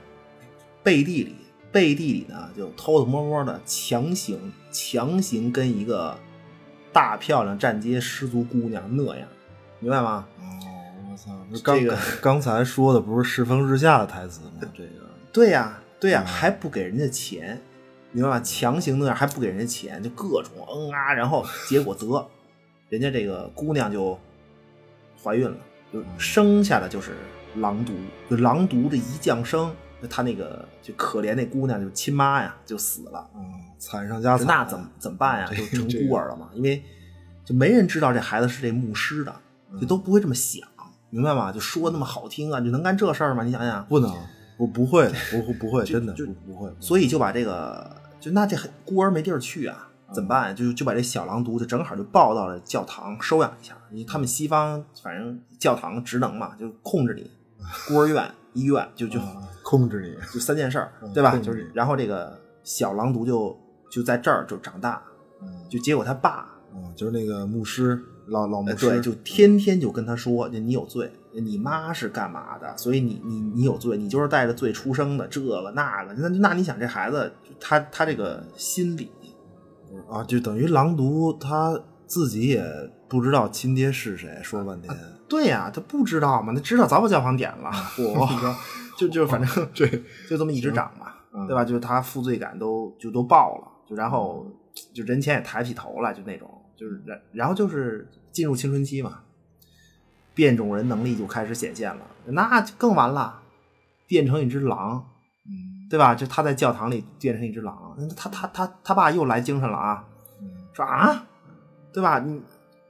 S4: 背地里背地里呢就偷偷摸摸的强行强行跟一个大漂亮站街失足姑娘那样，明白吗？
S1: 哦，我操，不是刚、
S4: 这个
S1: 刚才说的不是世风日下的台词吗？这个嗯
S4: 对呀、对呀、还不给人家钱，明白吗？强行那样还不给人家钱，就各种嗯啊，然后结果得，人家这个姑娘就怀孕了，
S1: 嗯
S4: 就生下的就是狼毒，就狼毒这一降生，就她那个就可怜那姑娘就亲妈呀就死了，
S1: 嗯，惨上加
S4: 就
S1: 惨，
S4: 那怎么怎么办呀？
S1: 这
S4: 就
S1: 个
S4: 成
S1: 啊这个
S4: 孤儿了嘛，因为就没人知道这孩子是这牧师的，就都不会这么想，明白吗？就说那么好听啊，你能干这事儿吗？你想想，
S1: 不能不不会的，不不会，
S4: 就
S1: 真的
S4: 就
S1: 不不会，
S4: 所以就把这个就那这孤儿没地儿去啊，
S1: 嗯
S4: 怎么办？就就把这小狼毒就正好就抱到了教堂收养一下，因为他们西方反正教堂职能嘛，就控制你，孤儿院、医院就就
S1: 嗯控制你。
S4: 就三件事儿
S1: 嗯，
S4: 对吧？
S1: 控制
S4: 就是然后这个小狼毒就就在这儿就长大，
S1: 嗯
S4: 就结果他爸
S1: 嗯，就是那个牧师，老老
S4: 呃
S1: 牧师，
S4: 对，就天天就跟他说，你有罪，你妈是干嘛的？所以你你你有罪，你就是带着罪出生的，这个那个，那那你想这孩子他他这个心理，
S1: 啊，就等于狼毒他自己也不知道亲爹是谁，说半天，
S4: 对呀、他不知道嘛，那知道早把教皇点了，
S1: 啊
S4: 嚯，就就反正
S1: 这
S4: 就这么一直涨嘛，
S1: 哦嗯
S4: 对吧？就是他负罪感都就都爆了，就然后就人前也抬不起头来，就那种，就是然然后就是进入青春期嘛，变种人能力就开始显现了，那就更完了，变成一只狼，
S1: 嗯
S4: 对吧？就他在教堂里变成一只狼，他他他他爸又来精神了啊，
S1: 嗯
S4: 说啊，对吧？你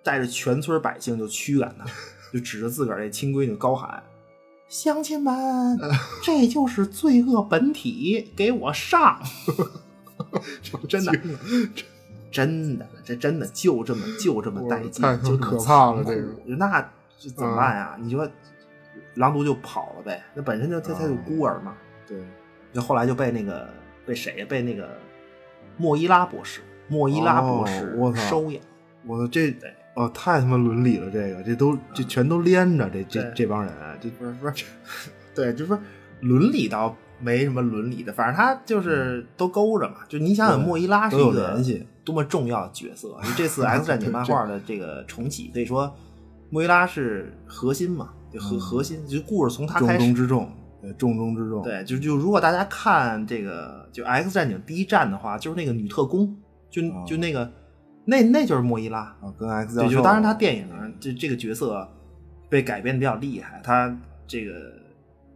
S4: 带着全村百姓就驱赶他，就指着自个儿这亲闺女高喊：“乡亲们，
S6: 嗯
S4: 这就是罪恶本体，给我上！”真的，真的，这真的就这么就这么带劲，
S6: 太
S4: 就这么
S6: 可怕了
S4: 残
S6: 这嗯
S4: 酷那这怎么办呀？你说狼毒就跑了呗，那本身就他他就
S6: 嗯
S4: 孤儿嘛，
S1: 对，
S4: 那后来就被那个被谁被那个莫伊拉博士，莫伊拉博士
S1: 哦我操
S4: 收养。
S1: 我这
S4: 对嗯
S1: 哦太他妈伦理了，这个这都这全都连着，这这
S4: 对
S1: 这帮人，这不是不是
S4: 对，就不是伦理倒没什么伦理的，反正他就是都勾着嘛。就你想想，
S1: 嗯对
S4: 莫伊拉是
S1: 都有
S4: 一个
S1: 联系
S4: 多么重要的角 色，就这次 X 战警漫画的这个重启，可以说莫伊拉是核心嘛，就核、核心，就故事从他
S1: 重
S4: 开
S1: 嗯中
S4: 始。
S1: 之重，对，重中之重。，
S4: 对，就就如果大家看这个就 X 战警第一战的话，就是那个女特工，就
S1: 哦
S4: 就那个那那就是莫伊拉，
S1: 啊，跟 X 教
S4: 对，
S1: 授，
S4: 就当然他电影这这个角色被改编的比较厉害，他这个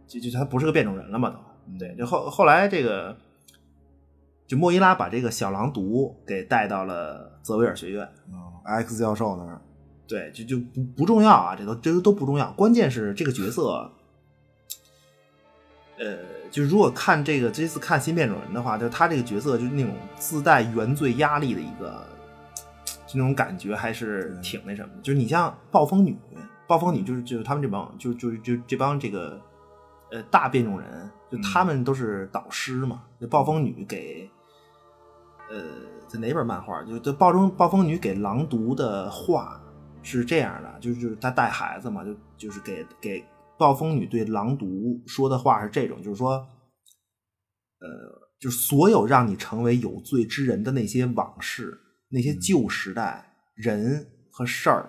S4: 就就他不是个变种人了嘛都，嗯对，就后后来这个就莫伊拉把这个小狼毒给带到了泽维尔学院，
S1: 啊 X 教授那儿，
S4: 对，就就不不重要啊，这都这都不重要，关键是这个角色，呃，就如果看这个这次看新变种人的话，就他这个角色就是那种自带原罪压力的一个，就那种感觉还是挺那什么的。就是你像暴风女，暴风女就是就是他们这帮就就就这帮这个呃大变种人，就他们都是导师嘛，那暴风女给。呃，在哪本漫画？就这暴风暴风女给狼毒的话是这样的，就是她带孩子嘛，就就是给给暴风女对狼毒说的话是这种，就是说，呃，就是所有让你成为有罪之人的那些往事，那
S1: 嗯
S4: 些旧时代人和事儿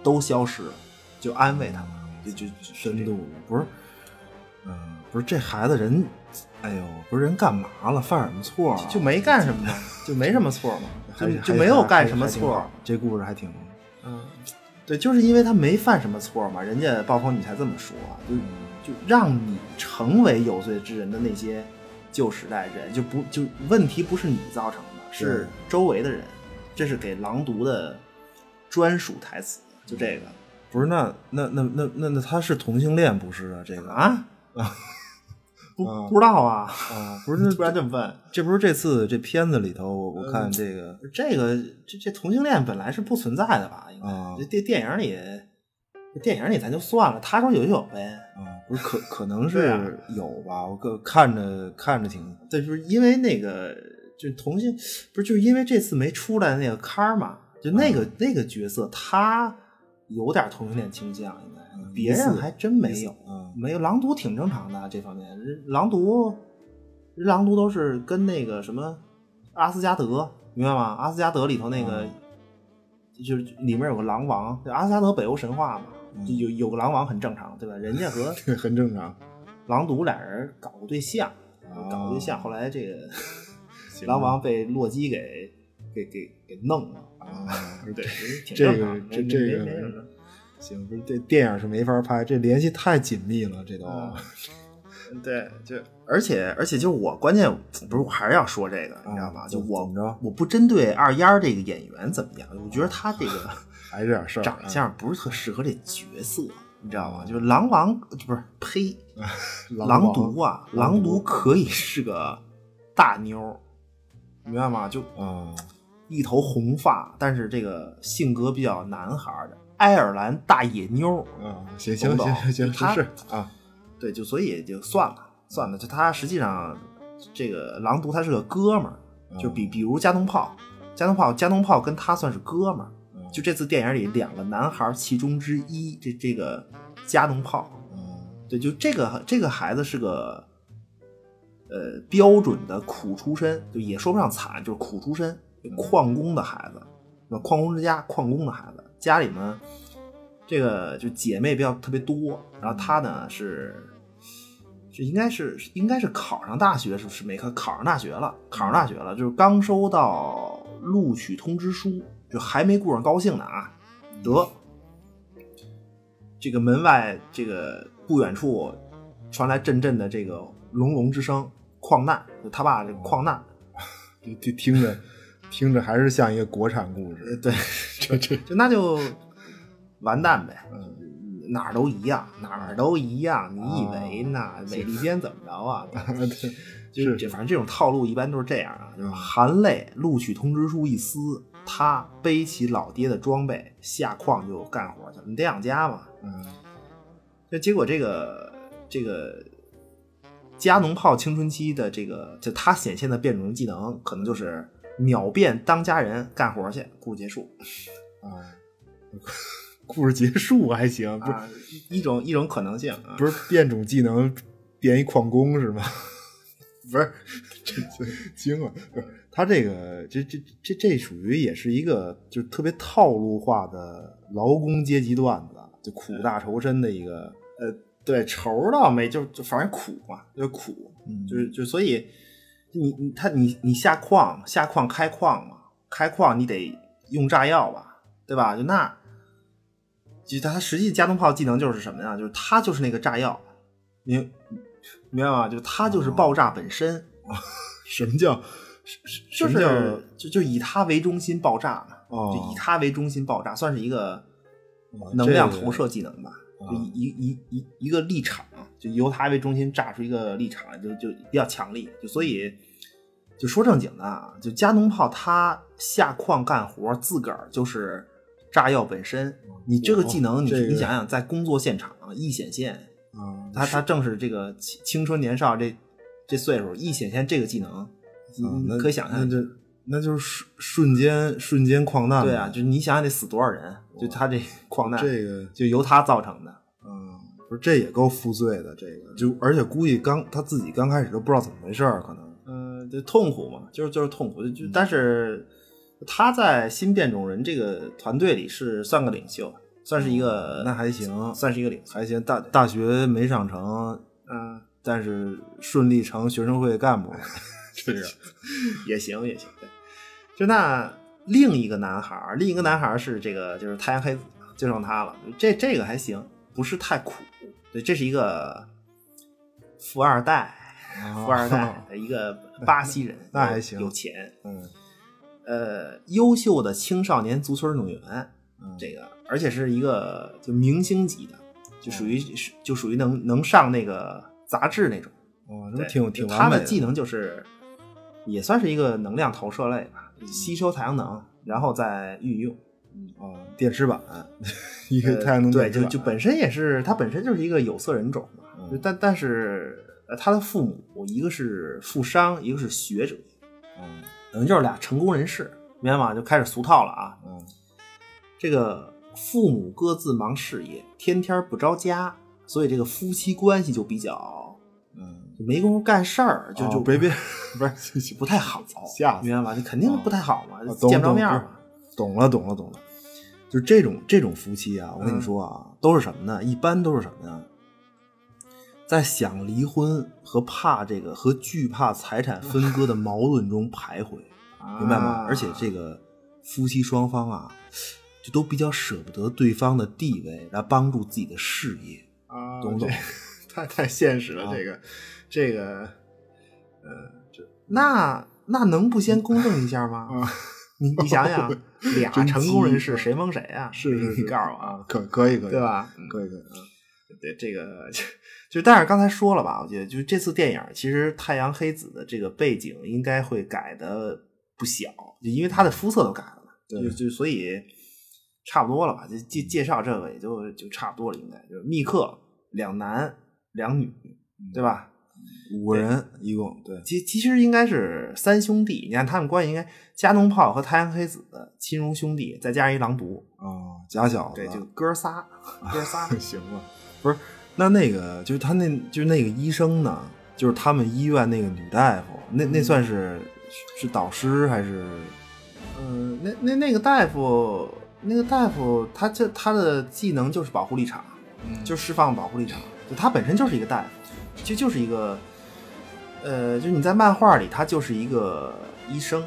S4: 都消失了，就安慰他们，就就就
S1: 深度不是，嗯、不是这孩子人，哎呦，不是人干嘛了？犯什么错啊？
S4: 就没干什么嘛，就没什么错嘛，就
S1: 还是
S4: 就
S1: 还
S4: 没有
S1: 还
S4: 干
S1: 还
S4: 什么
S1: 还挺
S4: 错。
S1: 好这故事还挺，
S4: 嗯，对，就是因为他没犯什么错嘛，人家暴风女才这么说啊，就就让你成为有罪之人的那些旧时代人，就不就问题不是你造成的，是周围的人，这是给狼毒的专属台词，就这个、
S1: 不是那那那那那那他是同性恋不是啊？这个
S4: 啊，不、不知道啊，
S1: 啊，不是那
S4: 突然这么问，嗯
S1: 这不是这次这片子里头，我我看这个、
S4: 这个这这同性恋本来是不存在的吧？应该、
S1: 啊
S4: 这电电影里。电影里咱就算了，他说有就有呗。
S1: 啊，不是可可能
S4: 对啊
S1: 是有吧？我个看着看着挺
S4: 对，就是因为那个就同性，不是就是因为这次没出来那个卡尔玛，就那个、那个角色，他有点同性恋倾向，应该、别人还真没有，
S1: 嗯
S4: 没有狼毒挺正常的这方面，人狼毒人狼毒都是跟那个什么阿斯加德，明白吗？阿斯加德里头那个。就是里面有个狼王，就阿斯加德北欧神话嘛，就有有个狼王很正常，对吧？人家和
S1: 很正常。
S4: 狼毒俩人搞过对象，搞过对象，后来这 个狼王被洛基给给给给弄了啊，对，挺
S1: 这
S4: 正
S1: 个
S4: 常的
S1: 这
S4: 没
S1: 这个
S4: 没没什么
S1: 行，不是这电影是没法拍，这联系太紧密了，这都、
S4: 啊对，就而且而且就我关键不是我还是要说这个，你知道吗？
S1: 啊
S4: 就
S1: 怎
S4: 我
S1: 怎么着
S4: 我不针对二丫这个演员怎么样，我觉得她这个
S1: 还是点事儿。啊
S4: 长相不 是特啊适合这角色，你知道吗？就是狼王不是呸，啊
S1: 狼
S4: 狼
S1: 王
S4: 毒啊，
S1: 狼
S4: 狼
S1: 毒
S4: 毒可以是个大妞儿，明白吗？就
S1: 啊，
S4: 一头红发，但是这个性格比较男孩儿的爱尔兰大野妞儿，
S1: 啊，行行
S4: 懂不懂
S1: 行行行，
S4: 他
S1: 是是啊，
S4: 对，就所以也就算了算了，就他实际上这个狼毒他是个哥们儿，就比
S1: 嗯
S4: 比如加农炮，加农炮加农炮跟他算是哥们儿，
S1: 啊
S4: 就这次电影里两个男孩儿其中之一，这这个加农炮，
S1: 嗯
S4: 对，就这个这个孩子是个，呃，标准的苦出身，就也说不上惨，就是苦出身，矿工的孩子，那矿工之家，矿工的孩子，家里呢，这个就姐妹比较特别多，然后他呢是，是应该是应该是考上大学，是不是没考考上大学了？考上大学了，就是刚收到录取通知书，就还没顾上高兴呢啊，得。这个门外这个不远处传来阵阵的这个隆隆之声，矿难，就他爸这个矿难，
S1: 就听听着听着还是像一个国产故事。
S4: 呃 对，
S1: 这这
S4: 就那就完蛋呗，嗯哪儿都一样，哪儿都一样，你以为呢？美利坚怎么着啊？就是这，反正这种套路一般都是这样啊，就是含泪录取通知书一撕，他背起老爹的装备下矿就干活去了，你得养家嘛。
S1: 嗯
S4: 那结果这个这个加农炮青春期的这个，就他显现的变种人技能，可能就是秒变当家人干活去，故事结束。
S1: 啊，故事结束还行，不是
S4: 啊，一一种一种可能性啊，
S1: 不是变种技能变一矿工是吗？ 不是，这惊了。不是他这个，这这这这属于也是一个就是特别套路化的劳工阶级段子，就苦大仇深的 一个。
S4: 呃，对，愁倒没，就就反正苦嘛，就苦，
S1: 嗯
S4: 就是就所以你你他你你下矿下矿开矿嘛，开矿你得用炸药吧，对吧？就那，就他他实际加农炮技能就是什么呀？就是他就是那个炸药，明明白吗？就他就是爆炸本身，
S1: 什么叫
S4: 就
S1: 什么叫
S4: 是哦就就以他为中心爆炸嘛，
S1: 哦
S4: 就以他为中心爆炸，算是一个
S1: 哦
S4: 能量
S1: 这个
S4: 投射技能吧，
S1: 啊
S4: 就一一一一一个立场，就由他为中心炸出一个立场，就就比较强力。就所以，就说正经的，啊，就加农炮他下矿干活，自个儿就是炸药本身。你这个技能，你、
S1: 哦这个
S4: 你想想，在工作现场一显现，
S1: 啊？
S4: 他他正是这个青青春年少这这岁数，一显现这个技能，
S1: 啊
S4: 你
S1: 那
S4: 嗯可以想象
S1: 那就那就是瞬瞬间瞬间矿难嘛。
S4: 对啊，就是你想想得死多少人，就他这矿难，
S1: 嗯这个
S4: 就由他造成的。
S1: 啊，不是这也够负罪的，这个就而且估计刚他自己刚开始都不知道怎么回事儿，可能
S4: 嗯、就痛苦嘛，就是就是痛苦。就
S1: 嗯
S4: 就但是他在新变种人这个团队里是算个领袖，算是一个，
S1: 哦那还行
S4: 算是一个领袖。
S1: 还行，大大学没上成，
S4: 嗯，
S1: 但是顺利成学生会干 部了。啊
S4: 也行也行。对，就那另一个男孩儿，另一个男孩儿是这个就是太阳黑子，就剩他了。这这个还行，不是太苦。对，这是一个富二代，
S1: 啊
S4: 富二 代，的一
S1: ，
S4: 个巴西人
S1: 那还行
S4: 有钱，
S1: 嗯
S4: 呃，优秀的青少年足球运动员，
S1: 嗯，
S4: 这个，而且是一个就明星级的，就属于
S1: 嗯
S4: 是就属于能能上那个杂志那种，
S1: 哦哇，这不
S4: 对，
S1: 嗯挺
S4: 就
S1: 挺
S4: 他
S1: 完美
S4: 的技能就是也算是一个能量投射类吧，
S1: 嗯
S4: 吸收太阳能，然后再运用，
S1: 啊，电池板，一个
S4: 呃
S1: 太阳能
S4: 对，
S1: 电池
S4: 就就
S1: 板嗯
S4: 本身也是他本身就是一个有色人种嘛，就但但是呃他的父母一个是富商，一个是学者，
S1: 嗯
S4: 等于就是俩成功人士，明白吗？就开始俗套了啊。
S1: 嗯
S4: 这个父母各自忙事业，天天不着家，所以这个夫妻关系就比较
S1: 嗯，
S4: 就没工夫干事儿，就、
S1: 哦
S4: 就
S1: 别别
S4: 不是不太好，
S1: 吓死
S4: 明白吗？你肯定不太好嘛，
S1: 啊懂
S4: 见不着
S1: 懂
S4: 面儿
S1: 不是
S4: 嘛。
S1: 懂了懂了懂了，就这种这种夫妻啊，我跟你
S4: 嗯
S1: 说啊，都是什么呢？一般都是什么呀？在想离婚和怕这个和惧怕财产分割的矛盾中徘徊，明白吗？
S4: 啊
S1: 而且这个夫妻双方啊，就都比较舍不得对方的地位来帮助自己的事业，
S4: 啊
S1: 懂不懂？
S4: 太太现实了，
S1: 啊
S4: 这个，这个，呃，这那那能不先公正一下吗？ 你你想想，俩
S1: 嗯 真
S4: 成功人
S1: 急
S4: 士谁蒙谁啊？
S1: 是是是
S4: 你告诉我啊，
S1: 可可以可以，
S4: 对？吧？
S1: 可以可以，
S4: 对这个 就，但是刚才说了吧，我觉得就是这次电影其实太阳黑子的这个背景应该会改的不小，就因为他的肤色都改了嘛，
S1: 对
S4: 就就所以差不多了吧，就介介绍这个也就就差不多了，应该就是密克两男两女，对吧？
S1: 五个人一共对，
S4: 其其实应该是三兄弟，你看他们关系应该加农炮和太阳黑子的亲如兄弟，再加上一狼毒，
S1: 啊，假小子
S4: 对，就哥仨，哥仨，
S1: 行吧， 不是，那那个就是他那就是那个医生呢，就是他们医院那个女大夫，那那算是是导师还是
S4: 嗯，那那那个大夫，那个大夫，他这他的技能就是保护立场，就释放保护立场，就他本身就是一个大夫，就就是一个，呃，就你在漫画里他就是一个医生，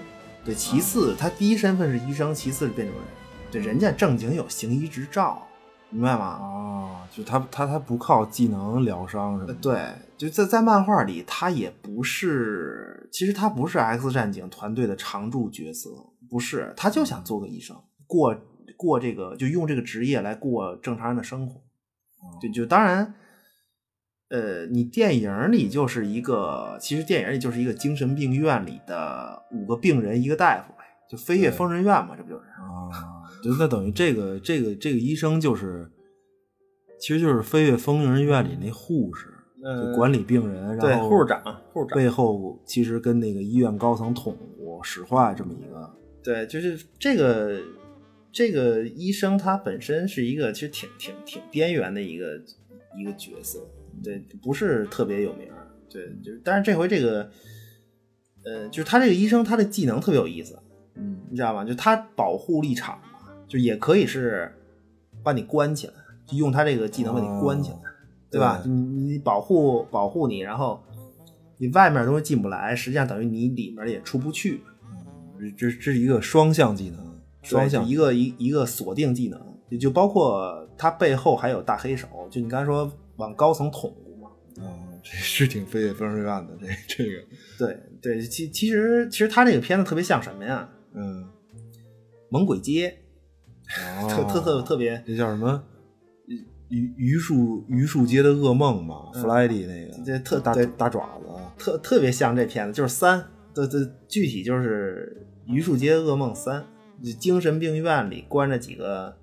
S4: 对，其次他第一身份是医生，其次是变种人，对，人家正经有行医执照，明白吗？
S1: 啊？就他他他不靠技能疗伤什么
S4: 呃
S1: 的，
S4: 对，就在在漫画里，他也不是，其实他不是 X 战警团队的常驻角色，不是，他就想做个医生，过过这个就用这个职业来过正常人的生活。
S1: 哦
S4: 就就当然，呃，你电影里就是一个，其实电影里就是一个精神病院里的五个病人一个大夫呗，就飞跃
S1: 对
S4: 疯人院嘛，这不就是？
S1: 啊，就那等于这个呃这个这个医生就是，其实就是飞跃疯人院里那护士，就管理病人，
S4: 呃对
S1: 然后
S4: 护士长护士长
S1: 背后其实跟那个医院高层捅咕使坏这么一个，
S4: 对，就是这个这个医生他本身是一个其实挺挺挺边缘的一个一个角色，对，不是特别有名儿。对，就是，但是这回这个，呃，就是他这个医生，他的技能特别有意思，
S1: 嗯，
S4: 你知道吗？就他保护立场嘛，就也可以是把你关起来，就用他这个技能把你关起来，
S1: 哦
S4: 对吧？
S1: 对
S4: 你你保护保护你，然后你外面的东西进不来，实际上等于你里面也出不去，
S1: 嗯这这是一个双向技能，
S4: 双
S1: 双向
S4: 向一个一一个锁定技能，也就包括它背后还有大黑手，就你刚才说往高层捅咕嘛。
S1: 啊，这是挺非得分水干的，这这个，
S4: 对对，其其实其实它这个片子特别像什么呀？
S1: 嗯，
S4: 猛鬼街，
S1: 哦
S4: 特特特特别，
S1: 这叫什么？榆榆树榆树街的噩梦嘛
S4: 嗯
S1: ，Flighty 那个，
S4: 这特
S1: 大
S4: 对
S1: 大爪子啊，
S4: 特特别像这片子，就是三，对对，具体就是《榆树街噩梦三》，就精神病院里关着几个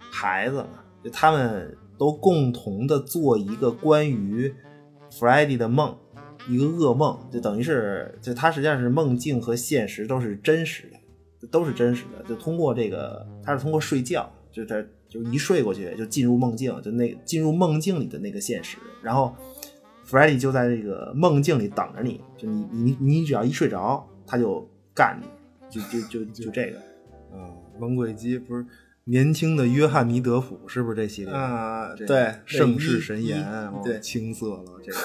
S4: 孩子嘛，就他们都共同的做一个关于 Freddy 的梦，一个噩梦，就等于是，就他实际上是梦境和现实都是真实的，都是真实的，就通过这个，他是通过睡觉，就他就一睡过去就进入梦境，就那进入梦境里的那个现实，然后 Freddy 就在这个梦境里等着你，就你你你只要一睡着，他就干你，就就就就这个。
S1: 啊，猛鬼街不是年轻的约翰尼德普是不是这系列？
S4: 啊，
S1: 这
S4: 对，
S1: 盛
S4: 对
S1: 世
S4: 一
S1: 神
S4: 一
S1: 颜，哦
S4: 对
S1: 青涩了这个。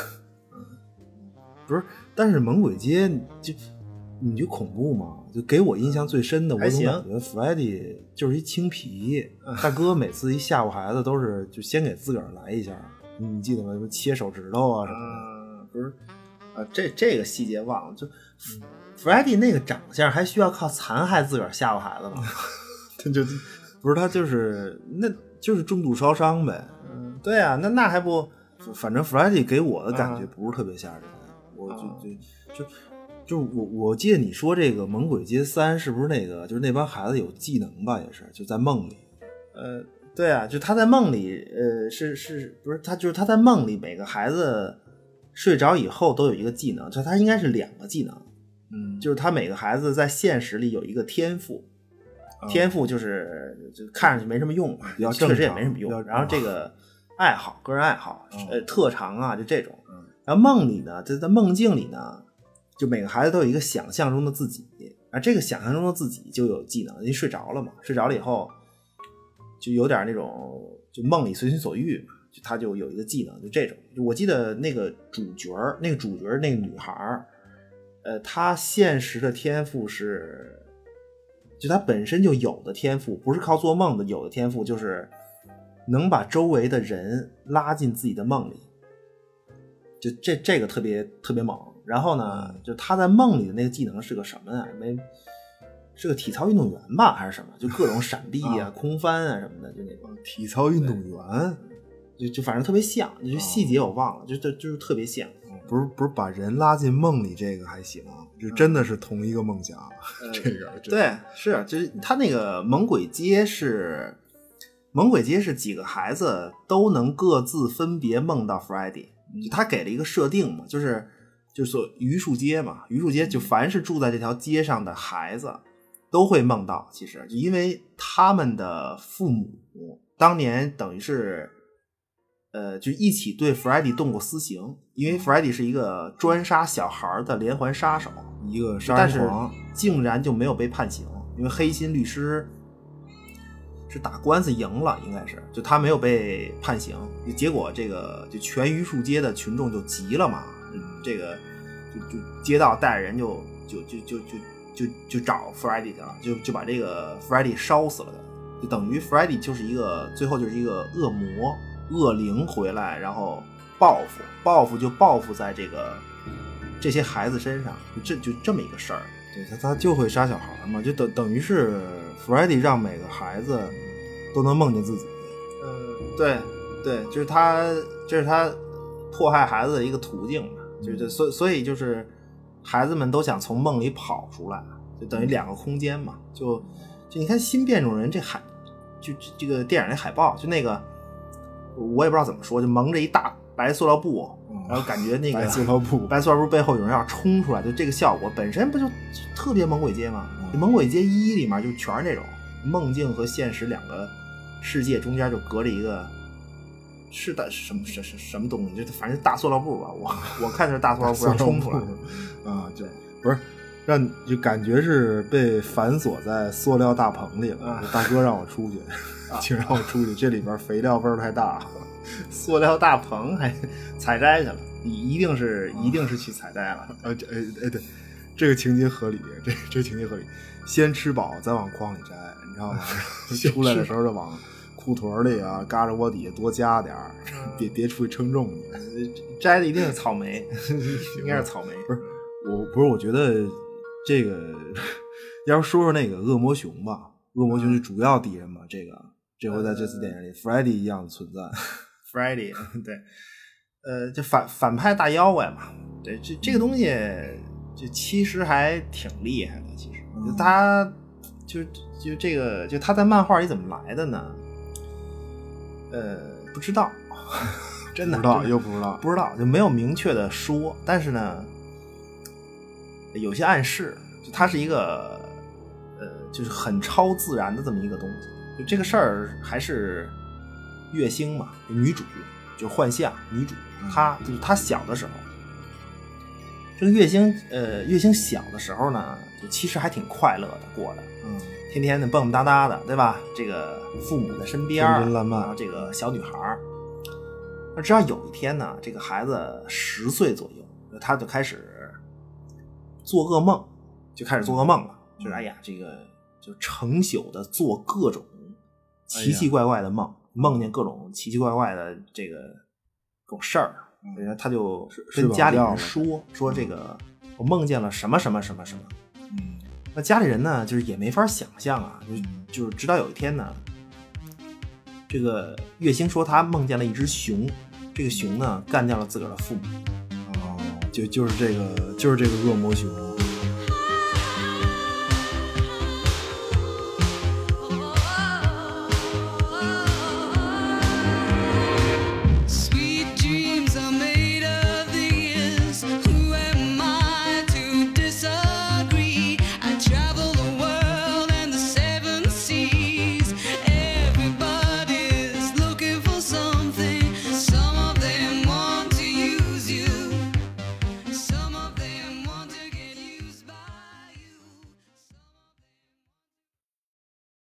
S1: 不是，但是猛鬼街就你就恐怖嘛，就给我印象最深的，我
S4: 还
S1: 总
S4: 行啊
S1: 感觉 Freddy 就是一青皮大哥，每次一吓唬孩子都是就先给自个儿来一下，你记得吗？什么切手指头啊什么的。
S4: 啊，不是，啊，这这个细节忘了，就 Freddy 那个长相还需要靠残害自个儿吓唬孩子吗？
S1: 他就不是他就是那就是中度烧伤呗，
S4: 嗯对啊，那那还不
S1: 反正 Freddy 给我的感觉
S4: 啊
S1: 不是特别吓人，我就
S4: 啊
S1: 就就就我我记得你说这个《猛鬼街三》是不是那个就是那帮孩子有技能吧？也是就在梦里，
S4: 呃，对啊，就他在梦里，呃，是是不是他就是他在梦里，每个孩子睡着以后都有一个技能，就他应该是两个技能，
S1: 嗯
S4: 就是他每个孩子在现实里有一个天赋，天赋就是就看上去没什么用嘛，
S1: 啊比较正
S4: 确实也
S1: 常
S4: 没什么
S1: 比较
S4: 用。然后这个爱好，个人爱好
S1: 嗯，
S4: 呃，特长啊，就这种。然后梦里呢，就在梦境里呢，就每个孩子都有一个想象中的自己，啊，这个想象中的自己就有技能，因为睡着了嘛，睡着了以后就有点那种就梦里随心所欲嘛，就他就有一个技能，就这种。就我记得那个主角儿，那个主角儿那个女孩儿，呃，她现实的天赋是，就她本身就有的天赋，不是靠做梦的，有的天赋就是能把周围的人拉进自己的梦里，就这这个特别特别猛。然后呢，就她在梦里的那个技能是个什么呀？没。是个体操运动员吧，还是什么？就各种闪避啊、空翻啊什么的，就那种。
S1: 体操运动员
S4: 就就反正特别像，就细节我忘了，就就就是特别像。
S1: 不是不是把人拉进梦里这个还行，就真的是同一个梦想，这个这
S4: 嗯呃对，是就是他那个猛鬼街是猛鬼街是几个孩子都能各自分别梦到 Friday，就他给了一个设定嘛，就是就是说榆树街嘛，榆树街就凡是住在这条街上的孩子都会梦到，其实就因为他们的父母当年等于是。呃，就一起对 Freddy 动过私刑，因为 Freddy 是一个专杀小孩儿的连环杀手，
S1: 一个杀
S4: 但
S1: 人
S4: 是
S1: 狂，
S4: 竟然就没有被判刑，因为黑心律师是打官司赢了，应该是就他没有被判刑，结果这个就全榆树街的群众就急了嘛，嗯这个就就街道带着人就就就就就就就找 Freddy 去了，就就把这个 Freddy 烧死了的，就等于 Freddy 就是一个最后就是一个恶魔恶灵回来，然后报复报复就报复在这个这些孩子身上，就这就这么一个事儿。
S1: 对他他就会杀小孩嘛，就等等于是 Freddy 让每个孩子都能梦见自己，
S4: 嗯，对对，就是他，这是他迫害孩子的一个途径嘛，
S1: 嗯
S4: 就是所以所以就是孩子们都想从梦里跑出来，就等于
S1: 嗯
S4: 两个空间嘛，就就你看《新变种人》这海，就这这个电影那海报，就那个我也不知道怎么说，就蒙着一大白塑料布，然后感觉 那个
S1: 嗯白塑料布
S4: 白塑料布背后有人要冲出来，就这个效果本身不就特别《猛鬼街》吗？
S1: 嗯
S4: 《猛鬼街一》里面就全是这种梦境和现实两个世界中间就隔着一个是大什么什什什么东西，就反正大塑料布吧，我我看 就是大塑料布上冲出来的，
S1: 啊，就不是让你就感觉是被反锁在塑料大棚里了。
S4: 啊
S1: 大哥让我出去，请让我出去，这里边肥料味儿太大。 啊
S4: 塑料大 棚还哎采摘去了，你一定是一定是去采摘了，
S1: 呃，这哎哎对，这个情节合理，这这情节合理。先吃饱，再往筐里摘，你知 道吗？
S4: 先
S1: 出来的
S4: 吃
S1: 时候就往裤腿儿里啊、嘎着窝底下多加点儿，
S4: 嗯
S1: 别别出去称重去。
S4: 摘的一定是草 莓，应该是草莓，不是
S1: 我不是，我觉得这个要是说说那个恶魔熊吧，恶魔熊是主要敌人嘛，这个这回在这次电影里、f r e d d y 一样的存在。
S4: Friday，对， 呃，就反反派大妖怪嘛，对，这这个东西就其实还挺厉害的，其实
S1: 嗯
S4: 他就就这个就他在漫画里怎么来的呢？呃，不知道， 真的
S1: 不知道
S4: 真的
S1: 又不知道，
S4: 不知道，就没有明确的说，但是呢，有些暗示，就它是一个呃，就是很超自然的这么一个东西。就这个事儿还是月星嘛，女主就幻象女主，她就是她小的时候，这个月星呃，月星小的时候呢，就其实还挺快乐的过的，
S1: 嗯，
S4: 天天的蹦蹦哒哒的，对吧？这个父母在身边儿，
S1: 天真烂漫
S4: 然后这个小女孩儿，那直到有一天呢，这个孩子十岁左右，他就开始做噩梦，就开始做噩梦了，
S1: 嗯
S4: 就是哎呀，这个就成宿的做各种奇
S1: 哎
S4: 奇怪怪的梦，梦见各种奇奇怪怪的这个这种事儿，然后他就跟
S1: 睡不着
S4: 家里
S1: 觉了
S4: 人说说这个我梦见了什么什么什么什么。那家里人呢，就是也没法想象啊，就就是直到有一天呢，这个月星说他梦见了一只熊，这个熊呢干掉了自个儿的父母，
S1: 哦，就就是这个，就是这个恶魔熊